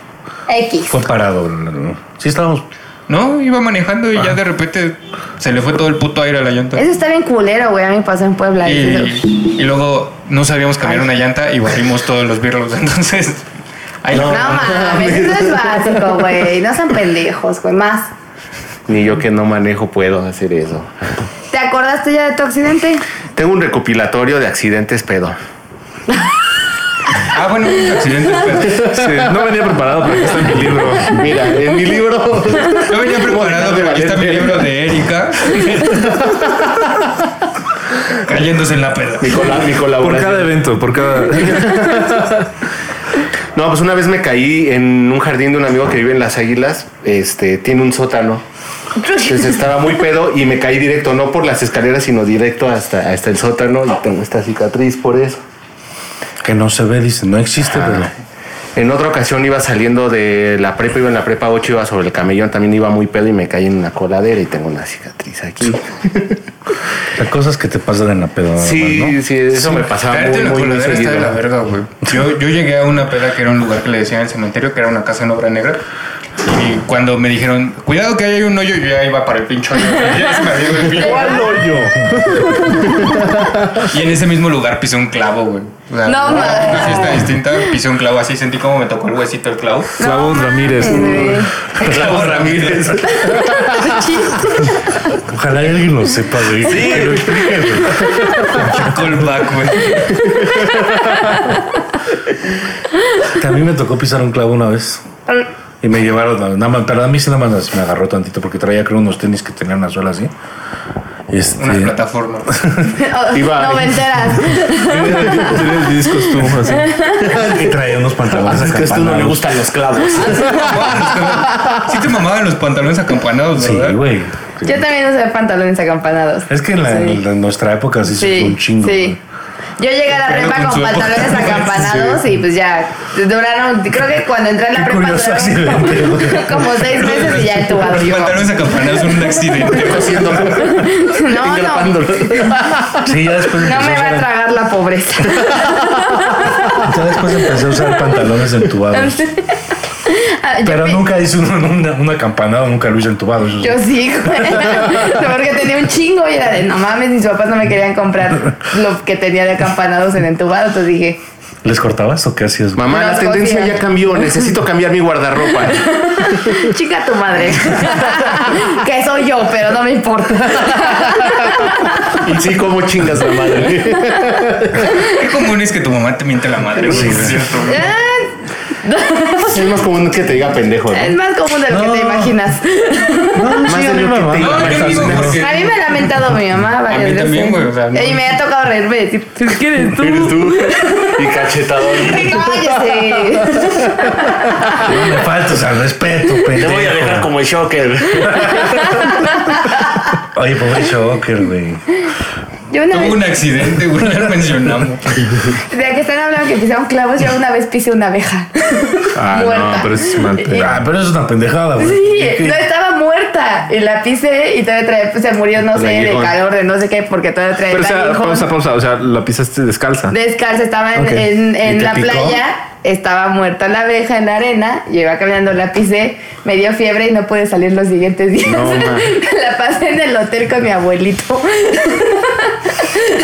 Speaker 3: X.
Speaker 5: Fue parado. ¿no? Sí, estábamos.
Speaker 4: no, iba manejando y ya de repente se le fue todo el puto aire a la llanta.
Speaker 3: Eso está bien culero, güey. A mí me pasó en Puebla. eso.
Speaker 4: Y, y luego no sabíamos cambiar una llanta y barrimos todos los birros. Entonces, ahí
Speaker 3: No mames, eso es básico, güey. No sean pendejos, güey. Más.
Speaker 6: Ni yo que no manejo puedo hacer eso.
Speaker 3: ¿Te acordaste ya de tu accidente?
Speaker 6: Tengo un recopilatorio de accidentes pedo.
Speaker 4: Ah, bueno, un accidente. pero
Speaker 7: Sí, no venía preparado para que está en mi libro.
Speaker 6: Mira, en mi libro.
Speaker 4: Yo venía preparado, pero aquí está mi libro de Erika. Cayéndose en la peda.
Speaker 6: Mi, cola- mi
Speaker 7: Por cada
Speaker 6: colaboración.
Speaker 7: evento, por cada.
Speaker 6: No, pues una vez me caí en un jardín de un amigo que vive en Las Águilas. Este, tiene un sótano. Entonces estaba muy pedo y me caí directo, no por las escaleras, sino directo hasta, hasta el sótano. Y tengo esta cicatriz por eso.
Speaker 5: Que no se ve, dice, no existe,
Speaker 6: En otra ocasión iba saliendo de la prepa, iba en la prepa 8, iba sobre el camellón, también iba muy pedo y me caí en una coladera y tengo una cicatriz aquí.
Speaker 5: pero las cosas que te pasan en la pedo.
Speaker 6: Sí, sí, eso me pasaba
Speaker 4: Caerte
Speaker 6: muy,
Speaker 4: en la
Speaker 6: muy, muy
Speaker 4: coladera está de la
Speaker 6: seguido.
Speaker 4: verga, güey. Yo, yo llegué a una peda que era un lugar que le decían el cementerio, que era una casa en obra negra. Y cuando me dijeron, cuidado que ahí hay un hoyo, yo ya iba para el pincho. Ya se me había ido el pincho. Y en ese mismo lugar pisé un clavo, güey. O sea,
Speaker 3: No mames.
Speaker 4: Una fiesta distinta, pisé un clavo así, sentí como me tocó el huesito el clavo.
Speaker 7: Clavón Ramírez.
Speaker 4: El clavo Ramírez.
Speaker 5: Ojalá alguien lo sepa, güey. Que lo explique, güey.
Speaker 4: Callback, güey.
Speaker 5: Que A mí me tocó pisar un clavo una vez. Y me llevaron, nada más, pero a mí sí nada más me agarró tantito porque traía creo unos tenis que tenían una suela así. Este,
Speaker 4: Una plataforma.
Speaker 3: Oh,
Speaker 6: Iba-
Speaker 3: Noventeras.
Speaker 7: Tienes discos tú, así.
Speaker 5: y traía unos pantalones. acampanados.
Speaker 6: los clavos.
Speaker 4: sí te mamaban los pantalones acampanados,
Speaker 5: Sí,
Speaker 4: ¿verdad?
Speaker 5: güey. Sí.
Speaker 3: Yo también usé pantalones acampanados.
Speaker 5: Es que en, la-
Speaker 3: Sí.
Speaker 5: en nuestra época sí, se usó un chingo.
Speaker 3: sí. Yo llegué a la
Speaker 4: Pero con
Speaker 3: prepa con
Speaker 4: su época.
Speaker 3: pantalones acampanados y pues ya duraron, creo que cuando entré en la
Speaker 5: Qué
Speaker 3: prepa
Speaker 5: curioso
Speaker 3: duraron
Speaker 5: accidente,
Speaker 3: como,
Speaker 5: güey.
Speaker 3: como seis meses y ya entubado
Speaker 4: Los
Speaker 3: yo.
Speaker 4: pantalones acampanados son un accidente.
Speaker 3: No, no,
Speaker 5: güey. Sí, ya después
Speaker 3: no
Speaker 5: empezó
Speaker 3: me va
Speaker 5: ser-
Speaker 3: a tragar la pobreza.
Speaker 5: Ya después empecé a usar pantalones entubados.
Speaker 3: Ah, yo
Speaker 5: Pero
Speaker 3: pe-
Speaker 5: nunca hice una, una, una campanada, nunca lo hice entubado. eso sí.
Speaker 3: Yo sí, güey. No, porque tenía un chingo y era de no mames, mis papás no me querían comprar lo que tenía de acampanados en entubado. Entonces dije,
Speaker 5: ¿Les cortabas o qué hacías? güey?
Speaker 6: Mamá,
Speaker 3: No,
Speaker 6: la
Speaker 3: no,
Speaker 6: tendencia
Speaker 3: sí.
Speaker 6: ya cambió. Necesito cambiar mi guardarropa.
Speaker 3: chica tu madre. que soy yo, pero no me importa.
Speaker 6: Y sí, como chingas la madre.
Speaker 4: Qué común es que tu mamá te miente la madre, güey. es cierto, güey.
Speaker 6: Es más común que te diga pendejo, ¿no?
Speaker 3: Eh, es más común de lo
Speaker 5: No.
Speaker 3: que te imaginas.
Speaker 5: No,
Speaker 6: Más
Speaker 5: sí,
Speaker 6: de
Speaker 5: a mí
Speaker 6: lo
Speaker 5: me
Speaker 6: que
Speaker 5: va.
Speaker 4: No,
Speaker 6: te
Speaker 4: yo digo porque-
Speaker 3: A mí me ha lamentado mi mamá varias
Speaker 4: mí
Speaker 3: veces.
Speaker 4: también, güey, o sea, no.
Speaker 3: Y me ha tocado reírme y decir, "¿Tú ¿quién eres tú?
Speaker 6: Eres tú. Y cachetadón.
Speaker 3: ¡Cállese!
Speaker 5: No me faltas al respeto,
Speaker 6: Te voy a dejar
Speaker 5: pendejo.
Speaker 6: como el shocker.
Speaker 5: Oye, pobre Shocker, güey.
Speaker 3: Yo una
Speaker 4: Tuvo
Speaker 3: vez,
Speaker 4: un accidente, güey, ya lo mencionamos.
Speaker 3: de que están hablando que pisaron clavos, yo una vez pisé una abeja.
Speaker 7: Ah,
Speaker 3: Muerta. Eh,
Speaker 7: no, pero eso es mal pedo.
Speaker 5: Ah, pero eso es una pendejada, güey.
Speaker 3: Sí,
Speaker 5: ¿Qué- qué?
Speaker 3: no estaba muerta. Y la pisé y todavía trae, pues, se murió, no sé, de
Speaker 6: Aguijón.
Speaker 3: calor, de no sé qué, porque todavía trae
Speaker 7: Pero o sea,
Speaker 3: aguijón.
Speaker 7: pausa, pausa. O sea, la pisaste descalza.
Speaker 3: Descalza, estaba en,
Speaker 5: Ok.
Speaker 3: en-
Speaker 5: ¿Y
Speaker 3: en
Speaker 5: te
Speaker 3: la
Speaker 5: picó?
Speaker 3: playa, estaba muerta la abeja en la arena, yo iba caminando, la pisé, me dio fiebre y no pude salir los siguientes días.
Speaker 7: No, ma.
Speaker 3: la pasé en el hotel con mi abuelito.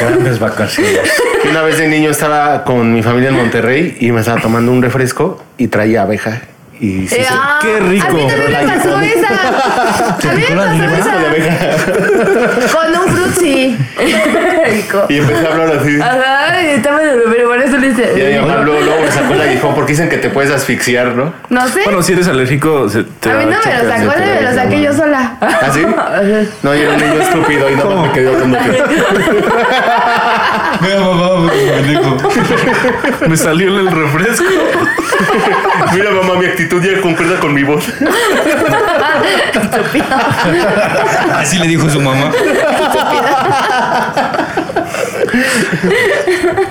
Speaker 5: Grandes vacaciones.
Speaker 6: Una vez de niño estaba con mi familia en Monterrey y me estaba tomando un refresco y traía abeja. Y sí,
Speaker 3: Eh,
Speaker 6: sí.
Speaker 3: ah,
Speaker 7: ¡Qué rico!
Speaker 3: A mí también me pasó esa. A mí me pasó esa. Con un frutzi. rico.
Speaker 6: Y empecé a hablar así.
Speaker 3: Ajá, y estaba de beber, por eso le
Speaker 6: Y mi
Speaker 3: hice.
Speaker 6: mamá luego, luego me sacó el aguijón porque dicen que te puedes asfixiar, ¿no?
Speaker 3: No sé.
Speaker 7: Bueno, si eres alérgico, se te
Speaker 3: a mí
Speaker 7: da
Speaker 3: no me
Speaker 7: chacas,
Speaker 3: lo sacó,
Speaker 7: se te
Speaker 3: me
Speaker 7: da
Speaker 3: lo
Speaker 7: esa
Speaker 3: saqué yo
Speaker 7: madre.
Speaker 3: sola.
Speaker 6: ¿Ah, sí? No, yo era un niño estúpido y no me quedé como que.
Speaker 4: Mira, mamá, güey, pendejo.
Speaker 7: Me salió en el refresco.
Speaker 6: Mira, mamá, mi actitud ya concuerda con mi voz.
Speaker 4: Así le dijo su mamá.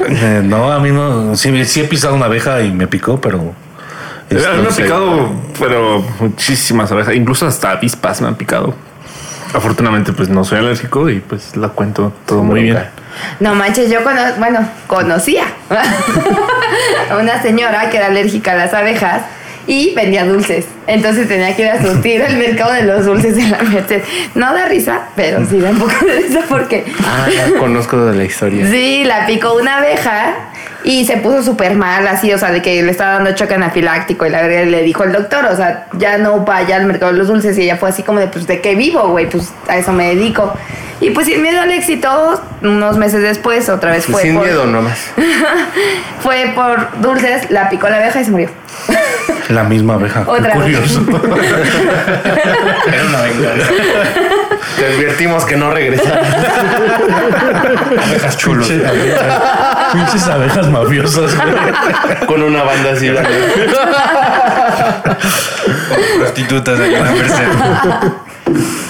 Speaker 5: Eh, no, a mí no. Sí, sí he pisado una abeja y me picó, pero.
Speaker 7: A mí me ha
Speaker 5: este,
Speaker 7: picado, pero muchísimas abejas. Incluso hasta avispas me han picado. Afortunadamente, pues no soy alérgico y pues la cuento todo muy bien.
Speaker 3: No manches, yo cono bueno, conocía a una señora que era alérgica a las abejas y vendía dulces. Entonces tenía que ir a surtir al mercado de los dulces de la Merced. No da risa, pero sí da un poco de risa porque
Speaker 6: Ah, ya conozco de la historia.
Speaker 3: sí, la picó una abeja y se puso súper mal así, o sea, de que le estaba dando choque anafiláctico y la verdad le dijo el doctor, o sea, ya no vaya al mercado de los dulces y ella fue así como de, pues, ¿de qué vivo, güey? Pues a eso me dedico. Y pues sin miedo al éxito, unos meses después otra vez pues fue
Speaker 6: Sin
Speaker 3: por-
Speaker 6: miedo nomás.
Speaker 3: fue por dulces, la picó la abeja y se murió.
Speaker 5: La misma abeja. Qué
Speaker 3: Otra
Speaker 5: curioso.
Speaker 4: Era una venganza.
Speaker 6: Te advertimos que no regresar.
Speaker 4: Abejas chulos.
Speaker 5: Pinche abeja. Pinches abejas mafiosas, güey.
Speaker 6: Con una banda así.
Speaker 4: Prostitutas allá en la Merced.
Speaker 3: Esas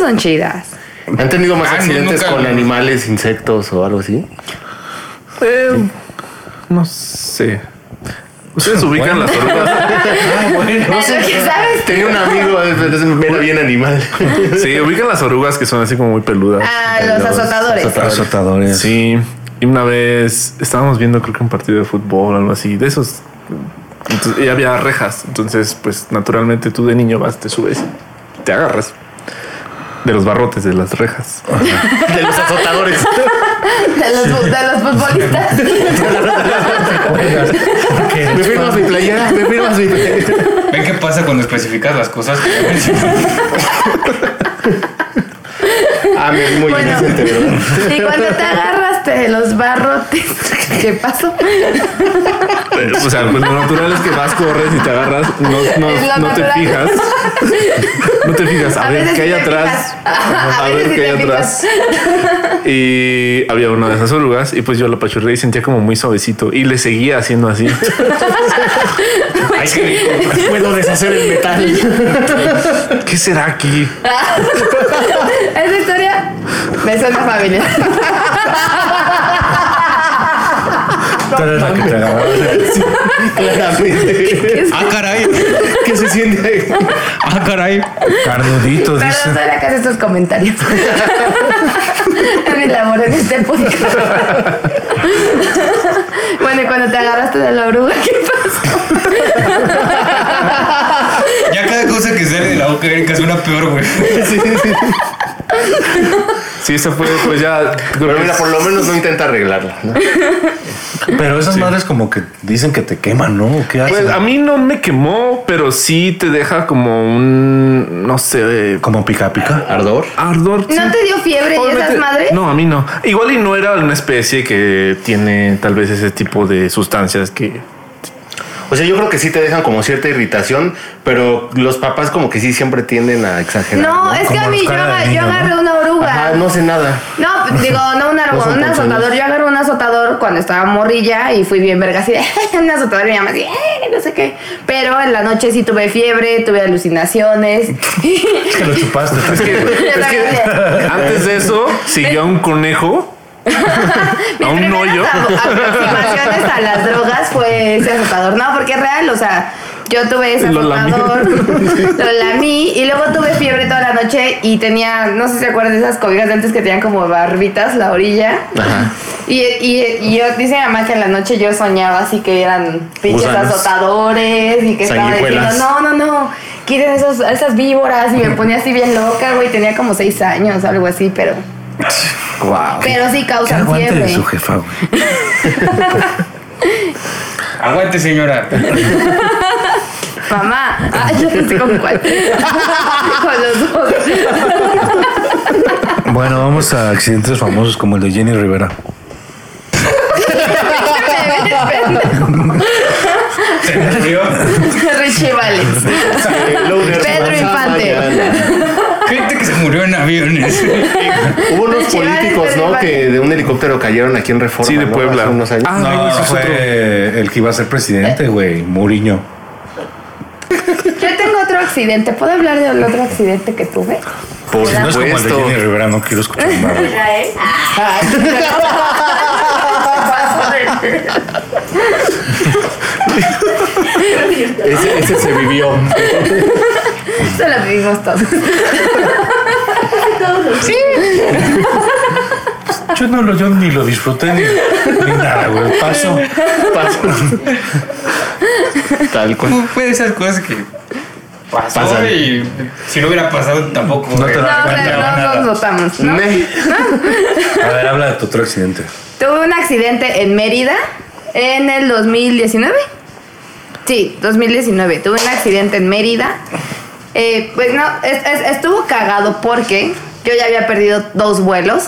Speaker 3: son chidas.
Speaker 6: ¿Han tenido más
Speaker 4: Ah, no,
Speaker 6: accidentes
Speaker 4: nunca.
Speaker 6: con animales, insectos o algo así?
Speaker 7: Eh, no sé. Ustedes ubican las orugas.
Speaker 3: No sé. ¿Sabes?
Speaker 6: Tenía un amigo, era bien animal.
Speaker 7: Sí, ubican las orugas que son así como muy peludas.
Speaker 3: Ah, los azotadores.
Speaker 5: Azotadores.
Speaker 7: Sí. Y una vez estábamos viendo, creo que un partido de fútbol o algo así, de esos. Entonces, y había rejas. Entonces, pues naturalmente tú de niño vas, te subes, te agarras de los barrotes de las rejas.
Speaker 6: De los azotadores.
Speaker 3: De los, fu- de los futbolistas.
Speaker 6: Me firmas mi playera, me firmas mi playera.
Speaker 4: Ven qué pasa cuando especificas las cosas. que mencionamos.
Speaker 6: Ah, me vi muy
Speaker 3: Bueno.
Speaker 6: inocente, ¿verdad?
Speaker 3: Y cuando te agarraste de los barrotes, ¿qué pasó?
Speaker 7: Pero, O sea, pues lo natural es que vas, corres y te agarras, no, no-
Speaker 3: Es lo
Speaker 7: no te
Speaker 3: natural.
Speaker 7: fijas. No te fijas, a, ver
Speaker 3: veces
Speaker 7: qué
Speaker 3: sí te
Speaker 7: hay atrás.
Speaker 3: fijas. A
Speaker 7: A ver
Speaker 3: veces sí
Speaker 7: qué
Speaker 3: te
Speaker 7: hay atrás.
Speaker 3: fijas.
Speaker 7: Y había una de esas orugas y pues yo la apachurré y sentía como muy suavecito y le seguía haciendo así.
Speaker 4: Ay, qué rico.
Speaker 6: Puedo deshacer el metal.
Speaker 7: ¿Qué será aquí?
Speaker 3: Esa historia me suena familiar.
Speaker 5: Tú eres la que te agarraba.
Speaker 6: Claramente.
Speaker 4: Ah, caray.
Speaker 6: ¿Qué se siente ahí?
Speaker 4: Ah, caray.
Speaker 5: Carnudito,
Speaker 3: Pero
Speaker 5: dice.
Speaker 3: no soy la que hace estos comentarios. Es mi labor en este podcast. Bueno, y cuando te agarraste de la oruga, ¿qué pasó?
Speaker 4: Ya cada cosa que sale de la boca de Erika suena peor, güey.
Speaker 7: Sí, eso fue, pues ya.
Speaker 6: Pero mira, por lo menos no intenta arreglarla. ¿no?
Speaker 5: Pero esas madres como que dicen que te queman, ¿no? ¿O ¿Qué hacen?
Speaker 7: Pues a mí no me quemó, pero sí te deja como un. No sé, de-
Speaker 5: Como pica pica.
Speaker 6: Ardor.
Speaker 7: ardor.
Speaker 3: ¿No
Speaker 7: sí.
Speaker 3: te dio fiebre y esas
Speaker 7: Obviamente-
Speaker 3: madres?
Speaker 7: No, a mí no. Igual y no era una especie que tiene tal vez ese tipo de sustancias que.
Speaker 6: O sea, yo creo que sí te dejan como cierta irritación, pero los papás como que sí siempre tienden a exagerar.
Speaker 3: No, es que
Speaker 5: Como
Speaker 3: a mí yo,
Speaker 5: cara de
Speaker 3: aga- yo
Speaker 5: niño, ¿no?
Speaker 3: agarré una oruga.
Speaker 6: Ajá, no sé nada.
Speaker 3: No, pues, digo, no un árbol,
Speaker 6: son
Speaker 3: un
Speaker 6: consejos.
Speaker 3: azotador. Yo agarré un azotador cuando estaba morrilla y fui bien verga así de un azotador y mi mamá así, "Ay, no sé qué. Pero en la noche sí tuve fiebre, tuve alucinaciones.
Speaker 5: Te lo chupaste.
Speaker 3: Es que
Speaker 7: Antes de eso, siguió a un conejo.
Speaker 3: Mis
Speaker 7: a un
Speaker 3: primeras
Speaker 7: hoyo.
Speaker 3: ap- aproximaciones a las drogas fue ese azotador. No, porque es real, o sea, yo tuve ese
Speaker 7: Lo lamí.
Speaker 3: azotador, lo lamí y luego tuve fiebre toda la noche y tenía, no sé si se acuerdan de esas cobijas de antes que tenían como barbitas la orilla. Y, y, y yo, dice mi mamá que en la noche yo soñaba así que eran pinches
Speaker 6: Gusanos.
Speaker 3: azotadores y que estaba diciendo,
Speaker 6: Sanguijuelas.
Speaker 3: no, no, no, quiten esos, esas víboras y me ponía así bien loca, güey, tenía como seis años, algo así, pero... Pero sí
Speaker 5: Que
Speaker 3: causan
Speaker 5: aguante
Speaker 3: fiebre.
Speaker 5: de su jefa, güey.
Speaker 4: Aguante, señora.
Speaker 3: Mamá, ah, yo pensé con cuál. con los dos.
Speaker 5: Bueno, vamos a accidentes famosos como el de Jenny Rivera.
Speaker 4: Se me murió.
Speaker 3: Richie Valens. Pedro Infante.
Speaker 4: Gente que se murió en aviones.
Speaker 6: Hubo unos
Speaker 3: Pinche
Speaker 6: políticos,
Speaker 3: madre,
Speaker 6: ¿no?
Speaker 3: Pedro
Speaker 6: Que de un helicóptero cayeron aquí en Reforma.
Speaker 7: Sí, de
Speaker 6: ¿no?
Speaker 7: Puebla.
Speaker 6: Hace unos años.
Speaker 7: Ah,
Speaker 5: No,
Speaker 7: güey, ese es
Speaker 5: fue el que iba a ser presidente, güey. Muriño.
Speaker 3: Yo tengo otro accidente. ¿Puedo hablar del otro accidente que tuve?
Speaker 6: Por
Speaker 5: Si no es como el de
Speaker 6: supuesto.
Speaker 5: Jenny Rivera, no quiero escuchar más, güey.
Speaker 6: Ese, ese se vivió.
Speaker 3: Se lo vivimos todos. Sí.
Speaker 5: Yo no lo, yo ni lo disfruté ni, ni nada, güey. Paso.
Speaker 6: Pasó. Tal cual.
Speaker 4: Fue de esas cosas que pasó
Speaker 6: Pasan.
Speaker 4: y si no hubiera pasado tampoco.
Speaker 5: No
Speaker 4: güey.
Speaker 5: te
Speaker 3: No,
Speaker 5: das cuenta.
Speaker 3: claro,
Speaker 5: nada.
Speaker 3: no nos notamos, ¿no?
Speaker 6: Me-
Speaker 5: A ver, habla de tu otro accidente.
Speaker 3: Tuve un accidente en Mérida en el 2019. Sí, 2019. Tuve un accidente en Mérida. Eh, pues no, es- es- estuvo cagado porque yo ya había perdido dos vuelos,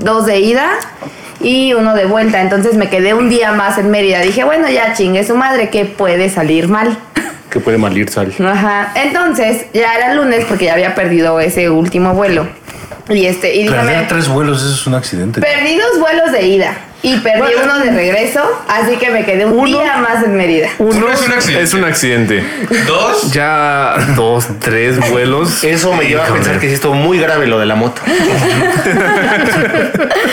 Speaker 3: dos de ida y uno de vuelta. Entonces me quedé un día más en Mérida. Dije, bueno, ya chingue su madre, que puede salir mal.
Speaker 6: Que puede malir sal.
Speaker 3: Ajá. Entonces ya era lunes porque ya había perdido ese último vuelo. Y este, y dije, a
Speaker 5: Perder
Speaker 3: ver,
Speaker 5: tres vuelos, eso es un accidente.
Speaker 3: Perdí dos vuelos de ida y perdí uno de regreso, así que me quedé un día más en Mérida.
Speaker 7: Uno
Speaker 4: Uno es un accidente.
Speaker 7: es un accidente.
Speaker 4: Dos.
Speaker 7: Ya dos, tres vuelos.
Speaker 6: Eso me lleva a pensar que sí estuvo muy grave lo de la moto.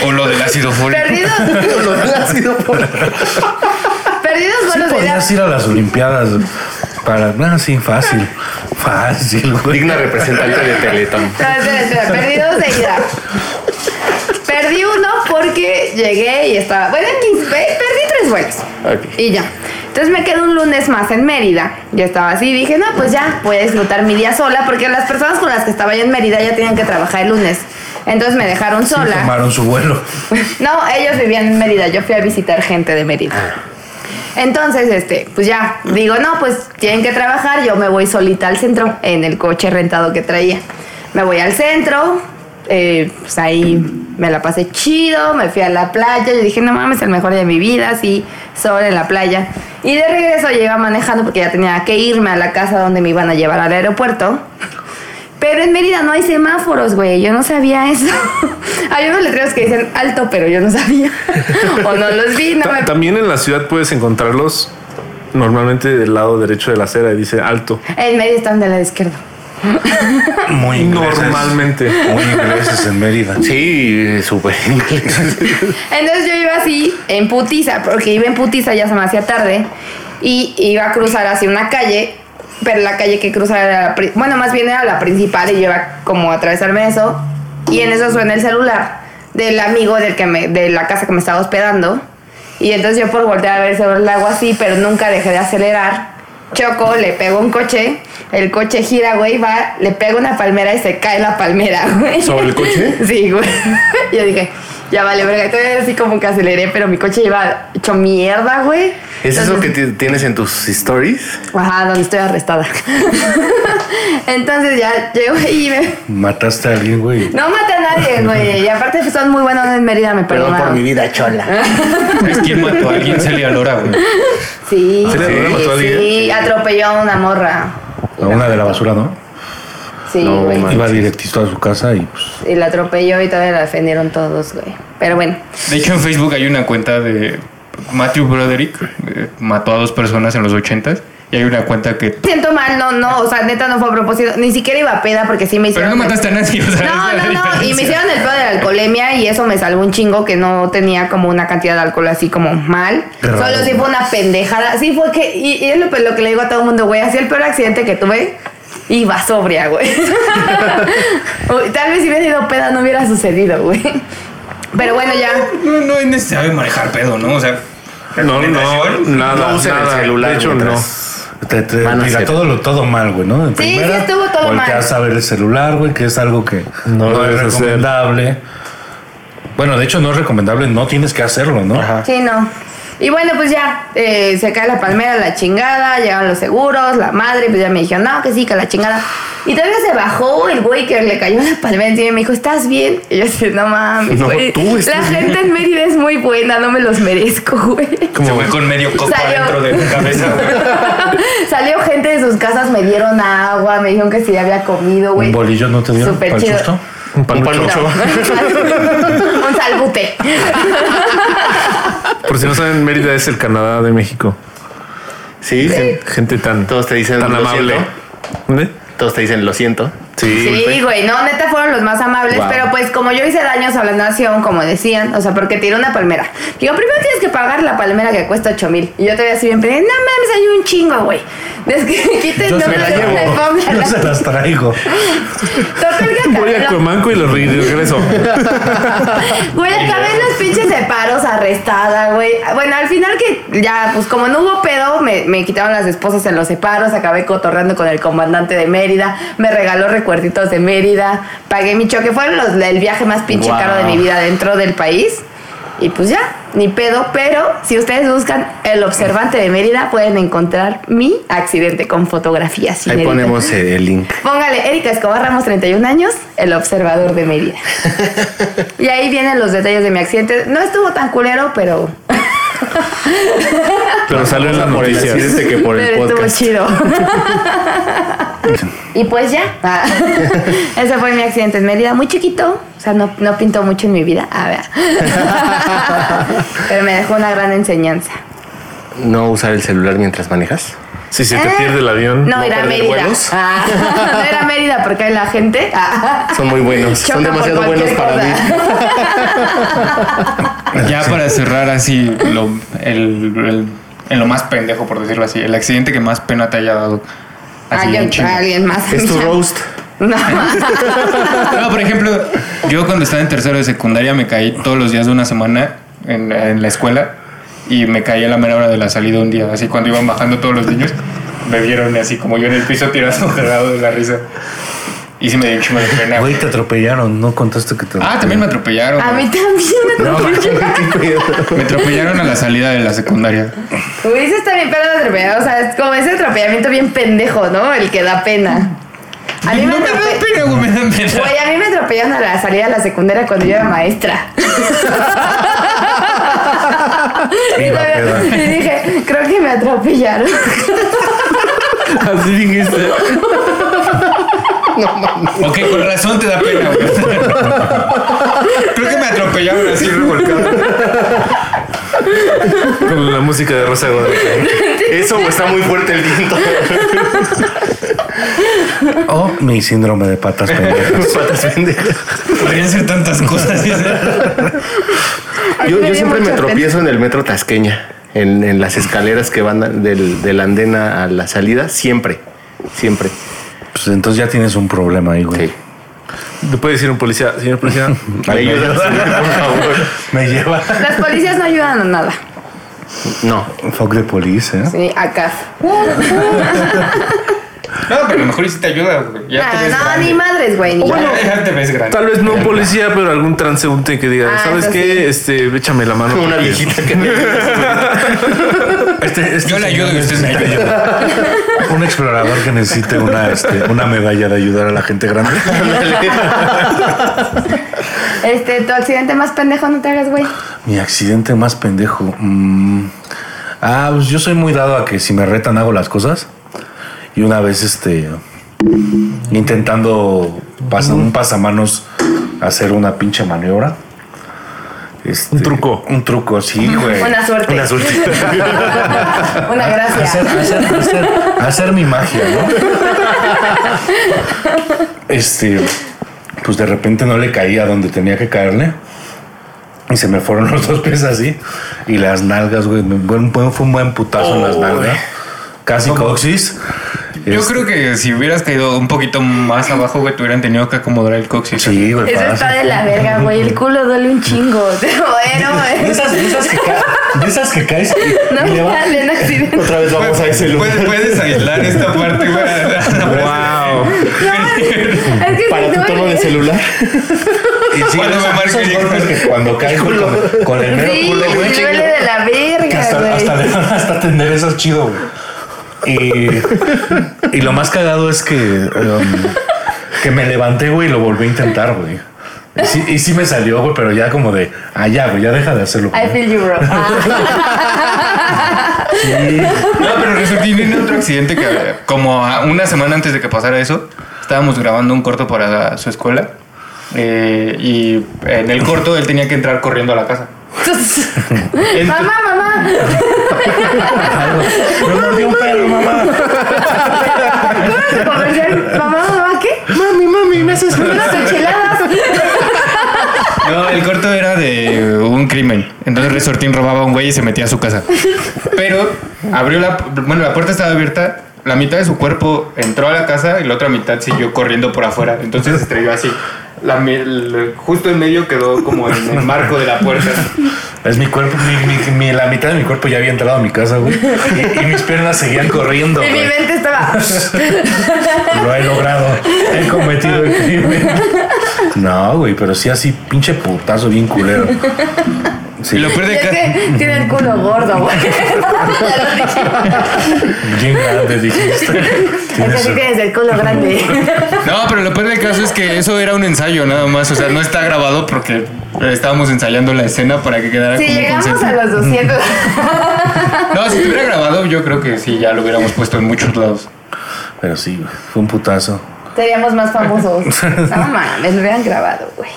Speaker 4: O lo del ácido fólico.
Speaker 3: Perdí dos,
Speaker 6: lo del ácido por-
Speaker 3: perdí dos
Speaker 5: Sí
Speaker 3: vuelos de ida.
Speaker 5: podrías ir a las Olimpiadas para... Ah, sí, fácil. Fácil, güey.
Speaker 6: Digna representante de Teletón.
Speaker 3: No, espera, espera, perdí dos de ida. Perdí uno porque llegué y estaba. Bueno, mis- pe- perdí tres vuelos.
Speaker 6: Ok.
Speaker 3: Y ya. Entonces me quedé un lunes más en Mérida. Ya estaba así. Dije, no, pues ya, voy a disfrutar mi día sola. Porque las personas con las que estaba yo en Mérida ya tenían que trabajar el lunes. Entonces me dejaron
Speaker 5: Sí,
Speaker 3: sola.
Speaker 5: Tomaron su vuelo.
Speaker 3: No, ellos vivían en Mérida, yo fui a visitar gente de Mérida. Entonces, este, pues ya, digo, no, pues tienen que trabajar, yo me voy solita al centro, en el coche rentado que traía. Me voy al centro, eh, pues ahí me la pasé chido, me fui a la playa, yo dije, no mames, el mejor de mi vida, así, sobre en la playa. Y de regreso llegaba manejando porque ya tenía que irme a la casa donde me iban a llevar al aeropuerto. Pero en Mérida no hay semáforos, güey. Yo no sabía eso. hay unos letreros que dicen alto, pero yo no sabía. o no los vi, no
Speaker 7: Ta-
Speaker 3: me...
Speaker 7: También en la ciudad puedes encontrarlos normalmente del lado derecho de la acera y dice alto.
Speaker 3: En Mérida están de la izquierda.
Speaker 5: Muy ingleses.
Speaker 7: Normalmente.
Speaker 5: Muy ingleses en Mérida.
Speaker 6: Sí, súper inglés.
Speaker 3: Entonces yo iba así, en putiza, porque iba en putiza, ya se me hacía tarde. Y iba a cruzar hacia una calle, pero la calle que cruzaba era la... pri- Bueno, más bien era la principal y yo iba como a atravesarme eso. Y en eso suena el celular del amigo del que me, de la casa que me estaba hospedando. Y entonces yo por voltear a ver sobre el agua así, pero nunca dejé de acelerar. Choco, le pego un coche, el coche gira, güey, va, le pego una palmera y se cae la palmera, güey.
Speaker 6: ¿Sobre el coche?
Speaker 3: Sí, güey. Yo dije, ya vale, verga. Entonces así como que aceleré, pero mi coche iba hecho mierda, güey.
Speaker 6: ¿Es eso
Speaker 3: Entonces-
Speaker 6: que ti- tienes en tus stories?
Speaker 3: Ajá, donde estoy arrestada. Entonces ya llego y me...
Speaker 5: Mataste a alguien, güey.
Speaker 3: No maté a nadie, güey. Y aparte pues, son muy buenos en Mérida, me
Speaker 6: Perdón por
Speaker 3: perdonaron.
Speaker 6: mi vida chola.
Speaker 4: ¿Sabes quién mató a alguien? Celia Lora, güey.
Speaker 3: Sí,
Speaker 7: ¿Sí le
Speaker 3: sí,
Speaker 7: mató a alguien?
Speaker 3: sí, atropelló a una morra.
Speaker 5: A una de la basura, ¿no?
Speaker 3: Sí,
Speaker 6: No,
Speaker 3: güey.
Speaker 6: man.
Speaker 5: Iba directito a su casa y pues.
Speaker 3: y la atropelló y todavía la defendieron todos, güey. Pero bueno,
Speaker 4: De hecho, en Facebook hay una cuenta de Matthew Broderick. eh, mató a dos personas en los 80 Y hay una cuenta que.
Speaker 3: siento mal, no, no, o sea, neta no fue a propósito. Ni siquiera iba a peda porque sí me
Speaker 4: Pero
Speaker 3: hicieron.
Speaker 4: no mataste a nadie. o sea,
Speaker 3: No,
Speaker 4: esa
Speaker 3: no, no. Y
Speaker 4: es la diferencia.
Speaker 3: me hicieron el pedo de la alcoholemia y eso me salvó un chingo que no tenía como una cantidad de alcohol así como mal.
Speaker 5: Qué raro.
Speaker 3: Solo sí fue una pendejada. Sí fue que. Y, y es lo, pues, lo que le digo a todo el mundo, güey. Así el peor accidente que tuve. Iba sobria, güey. Uy, Tal vez si hubiera ido peda no hubiera sucedido, güey. Pero bueno, ya.
Speaker 4: No, no es necesario manejar pedo, ¿no? O sea.
Speaker 7: No, no,
Speaker 4: ¿recomendación?
Speaker 7: nada,
Speaker 6: No usen el
Speaker 7: nada.
Speaker 6: celular
Speaker 7: De hecho, no.
Speaker 6: mientras-
Speaker 5: Te, te
Speaker 6: Van a
Speaker 5: diga
Speaker 6: hacer.
Speaker 5: todo, lo, todo mal, güey, ¿no? En
Speaker 3: Sí, sí estuvo todo mal.
Speaker 5: volteas a ver el celular, güey, que es algo que
Speaker 7: No
Speaker 5: no, es
Speaker 7: debes hacer.
Speaker 5: recomendable. Bueno, de hecho, no es recomendable, no tienes que hacerlo, ¿no?
Speaker 6: Ajá.
Speaker 3: Sí, no. Y bueno, pues ya, eh, se cae la palmera, la chingada, llegaron los seguros, la madre, pues ya me dijeron, no, que sí, que la chingada. Y todavía se bajó el güey que le cayó la palmera encima y me dijo, ¿estás bien? Y yo así, no mames,
Speaker 6: No,
Speaker 3: güey.
Speaker 6: tú
Speaker 3: la
Speaker 6: estás
Speaker 3: gente en Mérida es muy buena, no me los merezco, güey.
Speaker 4: Se fue con medio coco
Speaker 3: Salió.
Speaker 4: dentro de la cabeza, güey.
Speaker 3: Salió gente de sus casas, me dieron agua, me dijeron que sí había comido, güey.
Speaker 5: Un bolillo no te dieron
Speaker 3: Súper
Speaker 5: para el
Speaker 3: chido.
Speaker 5: susto.
Speaker 7: Un
Speaker 6: Un
Speaker 7: panucho.
Speaker 6: panucho.
Speaker 3: No. Un salbute.
Speaker 7: Por si no saben, Mérida es el Canadá de México.
Speaker 6: Sí, sí.
Speaker 7: Gente tan,
Speaker 6: Todos te dicen
Speaker 7: tan
Speaker 6: lo
Speaker 7: amable.
Speaker 6: siento.
Speaker 7: ¿Eh?
Speaker 6: Todos te dicen lo siento.
Speaker 3: Sí, güey, no, neta fueron los más amables,
Speaker 6: Wow.
Speaker 3: pero pues como yo hice daños a la nación, como decían, o sea, porque tiré una palmera. Digo, primero tienes que pagar la palmera que cuesta 8 mil. Y yo todavía así bien pedí, no mames, hay un chingo, güey. Desde que quiten, no me dejen de comer.
Speaker 5: Yo se las traigo.
Speaker 3: Total que
Speaker 7: Voy
Speaker 3: acabé
Speaker 7: a
Speaker 3: la-
Speaker 7: Cuamanco y lo re- regreso.
Speaker 3: Güey, acabé en los pinches separos arrestada, güey. Bueno, al final que ya, pues como no hubo pedo, me, me quitaron las esposas en los separos, acabé cotorreando con el comandante de Mérida, me regaló recuerditos de Mérida, pagué mi choque, fue los- el viaje más pinche
Speaker 6: Wow.
Speaker 3: caro de mi vida dentro del país. Y pues ya, ni pedo, pero si ustedes buscan el observante de Mérida, pueden encontrar mi accidente con fotografías.
Speaker 6: Ahí
Speaker 3: inéditas.
Speaker 6: ponemos eh, el link.
Speaker 3: Póngale Erika Escobar Ramos, 31 años, el observador de Mérida. y ahí vienen los detalles de mi accidente. No estuvo tan culero, pero,
Speaker 7: Pero salió en las
Speaker 6: Por el
Speaker 7: noticias.
Speaker 6: accidente que por el
Speaker 3: pero estuvo
Speaker 6: podcast.
Speaker 3: chido. y pues ya. Ah, Ese fue mi accidente en Mérida, muy chiquito. O sea, no, no pintó mucho en mi vida. A ver. pero me dejó una gran enseñanza.
Speaker 6: No usar el celular mientras manejas.
Speaker 7: Si se te pierde el avión.
Speaker 3: Eh, No, era
Speaker 6: perder
Speaker 3: Mérida.
Speaker 6: vuelos.
Speaker 3: Ah, no era Mérida porque hay la gente. Ah.
Speaker 6: Son muy buenos. Son
Speaker 3: Choca por
Speaker 6: demasiado buenos
Speaker 3: cualquier
Speaker 6: para mí.
Speaker 3: cosa.
Speaker 4: Ya para cerrar así, lo, el, el- en lo más pendejo, por decirlo así, el accidente que más pena te haya dado. Así,
Speaker 3: Alguien,
Speaker 4: un chingo.
Speaker 3: alguien más.
Speaker 6: Es tu roast.
Speaker 3: No.
Speaker 4: No, por ejemplo, yo cuando estaba en tercero de secundaria me caí todos los días de una semana en, en la escuela y me caí a la mera hora de la salida un día. Así cuando iban bajando todos los niños, me vieron así como yo en el piso tirado cagado de la risa. Y sí me dio un chingo de pena.
Speaker 5: Güey, te atropellaron, no contaste que te
Speaker 4: Ah, también me atropellaron.
Speaker 3: A
Speaker 4: güey.
Speaker 3: mí también me
Speaker 4: Me atropellaron a la salida de la secundaria.
Speaker 3: Ulises está bien pedo de atropellar, o sea, es como ese atropellamiento bien pendejo, ¿no? El que da pena. A mí me,
Speaker 4: no me da
Speaker 3: atrope-
Speaker 4: pena, güey, me da pena.
Speaker 3: Güey, a mí me atropellaron a la salida de la secundaria cuando yo era maestra. y,
Speaker 5: Iba
Speaker 3: todavía-
Speaker 5: peda.
Speaker 3: y dije, creo que me atropellaron.
Speaker 7: Así dijiste.
Speaker 4: Ok, con razón te da pena, güey. Creo que me atropellaron así revolcado.
Speaker 7: Con la música de Rosa de Guadalupe.
Speaker 6: Eso o está muy fuerte el viento.
Speaker 5: Oh, mi síndrome de patas pendejas.
Speaker 6: Patas pendejas.
Speaker 4: Podrían ser tantas cosas.
Speaker 3: Ay,
Speaker 6: Yo,
Speaker 3: me
Speaker 6: yo
Speaker 3: dio
Speaker 6: siempre me
Speaker 3: mucha
Speaker 6: tropiezo en el metro Tasqueña, en, en las escaleras que van del, del andena a la salida, siempre, siempre.
Speaker 5: Pues entonces ya tienes un problema ahí, güey.
Speaker 6: Sí.
Speaker 7: Le puede decir un policía, señor policía.
Speaker 6: Me ayudas, por favor.
Speaker 5: Me lleva.
Speaker 3: Las policías no ayudan a nada.
Speaker 6: No.
Speaker 5: Fuck de police, ¿eh?
Speaker 3: Sí, acá.
Speaker 4: No, pero a lo mejor y sí te ayuda, güey. Ya te
Speaker 3: Ah,
Speaker 4: ves
Speaker 3: no,
Speaker 4: grande.
Speaker 3: ni madres, güey. ni
Speaker 7: Bueno,
Speaker 3: madres.
Speaker 4: Ya te ves grande.
Speaker 7: Tal vez no un policía, pero algún transeúnte que diga,
Speaker 3: Ah,
Speaker 7: ¿sabes
Speaker 3: eso
Speaker 7: qué?
Speaker 3: sí.
Speaker 7: Este, échame la mano.
Speaker 6: Una
Speaker 7: porque-
Speaker 6: viejita que me
Speaker 5: Este- este
Speaker 4: Yo le
Speaker 5: señor
Speaker 4: ayudo y usted me
Speaker 5: necesita- Un explorador que necesite una, este, una medalla de ayudar a la gente grande.
Speaker 3: Este, tu accidente más pendejo no te hagas, güey.
Speaker 5: Mi accidente más pendejo. mm. Ah, pues yo soy muy dado a que si me retan hago las cosas. Y una vez, este, intentando pas- un pasamanos hacer una pinche maniobra. Este,
Speaker 7: Un truco.
Speaker 5: Un truco, sí, güey.
Speaker 3: Buena suerte.
Speaker 5: Una suerte.
Speaker 3: Una
Speaker 5: hacer,
Speaker 3: gracia.
Speaker 5: hacer, hacer, hacer mi magia, ¿no? Este, pues de repente no le caía donde tenía que caerle. Y se me fueron los dos pies así. Y las nalgas, güey. me- Fue un buen, fue un buen putazo en las nalgas. Casi coxis.
Speaker 4: Yo
Speaker 5: Este,
Speaker 4: creo que si hubieras caído un poquito más abajo, güey, te hubieran tenido que acomodar el coxis.
Speaker 5: Sí, güey.
Speaker 3: Eso
Speaker 5: pasa.
Speaker 3: está de la verga, güey. El culo duele un chingo. Bueno,
Speaker 5: De
Speaker 3: güey.
Speaker 5: esas, de esas que ca- de esas que caes. y-
Speaker 3: No
Speaker 5: y
Speaker 3: me
Speaker 5: le va-
Speaker 3: sale un accidente.
Speaker 6: Otra vez vamos a ese lugar.
Speaker 4: Puedes, puedes aislar esta parte, güey.
Speaker 7: Wow.
Speaker 3: No, es que
Speaker 6: Para
Speaker 3: sí
Speaker 6: tu tono
Speaker 3: duele.
Speaker 6: de celular.
Speaker 5: y sí,
Speaker 4: Cuando me
Speaker 5: esos-
Speaker 4: marca
Speaker 5: esos
Speaker 4: el-
Speaker 5: golpes que cuando caes güey, con, con el mero
Speaker 3: Sí,
Speaker 5: culo, güey.
Speaker 3: duele de la
Speaker 5: Que
Speaker 3: verga,
Speaker 5: hasta, hasta
Speaker 3: güey.
Speaker 5: le van hasta atender eso es chido, güey. Y, y lo más cagado es que, um, que me levanté, güey, y lo volví a intentar, güey. Y sí, y sí me salió, güey, pero ya como de, ah, ya, güey, ya deja de hacerlo.
Speaker 3: I
Speaker 5: güey".
Speaker 3: feel you, bro.
Speaker 4: No, pero resultó en otro accidente que, como a una semana antes de que pasara eso, estábamos grabando un corto para su escuela. eh, y en el corto él tenía que entrar corriendo a la casa. Ent-
Speaker 3: mamá, mamá.
Speaker 5: Me mordió un perro, mamá.
Speaker 3: ¿Cómo era tu comercial? Mamá, mamá, ¿qué?
Speaker 6: Mami, mami, me haces.
Speaker 3: Unas enchiladas.
Speaker 4: No, el corto era de un crimen. Entonces Resortín robaba a un güey y se metía a su casa. Pero abrió la... Bueno, la puerta estaba abierta. La mitad de su cuerpo entró a la casa y la otra mitad siguió corriendo por afuera. Entonces se estrelló así. La mi- el- justo en medio quedó como en el marco de la puerta.
Speaker 5: Es mi cuerpo, mi- mi- mi- la mitad de mi cuerpo ya había entrado a mi casa, güey. Y, y mis piernas seguían corriendo,
Speaker 3: Y mi
Speaker 5: güey.
Speaker 3: mente estaba.
Speaker 5: Lo he logrado. He cometido el crimen. No, güey, pero sí así, pinche putazo bien culero. Sí.
Speaker 4: Y lo peor
Speaker 3: Y
Speaker 4: de
Speaker 3: es
Speaker 4: ca-
Speaker 3: que tiene el culo gordo, güey.
Speaker 5: Bien grande, dijiste.
Speaker 3: Es
Speaker 5: Tienes-
Speaker 3: así tienes el culo grande.
Speaker 4: No, pero lo peor del caso es que eso era un ensayo nada más. O sea, no está grabado porque estábamos ensayando la escena para que quedara
Speaker 3: Si
Speaker 4: como
Speaker 3: llegamos
Speaker 4: consenso.
Speaker 3: a los 200.
Speaker 4: No, si estuviera grabado, yo creo que sí, ya lo hubiéramos puesto en muchos lados.
Speaker 5: Pero sí, güey, fue un putazo.
Speaker 3: Seríamos más famosos. No mames, lo hubieran grabado, güey.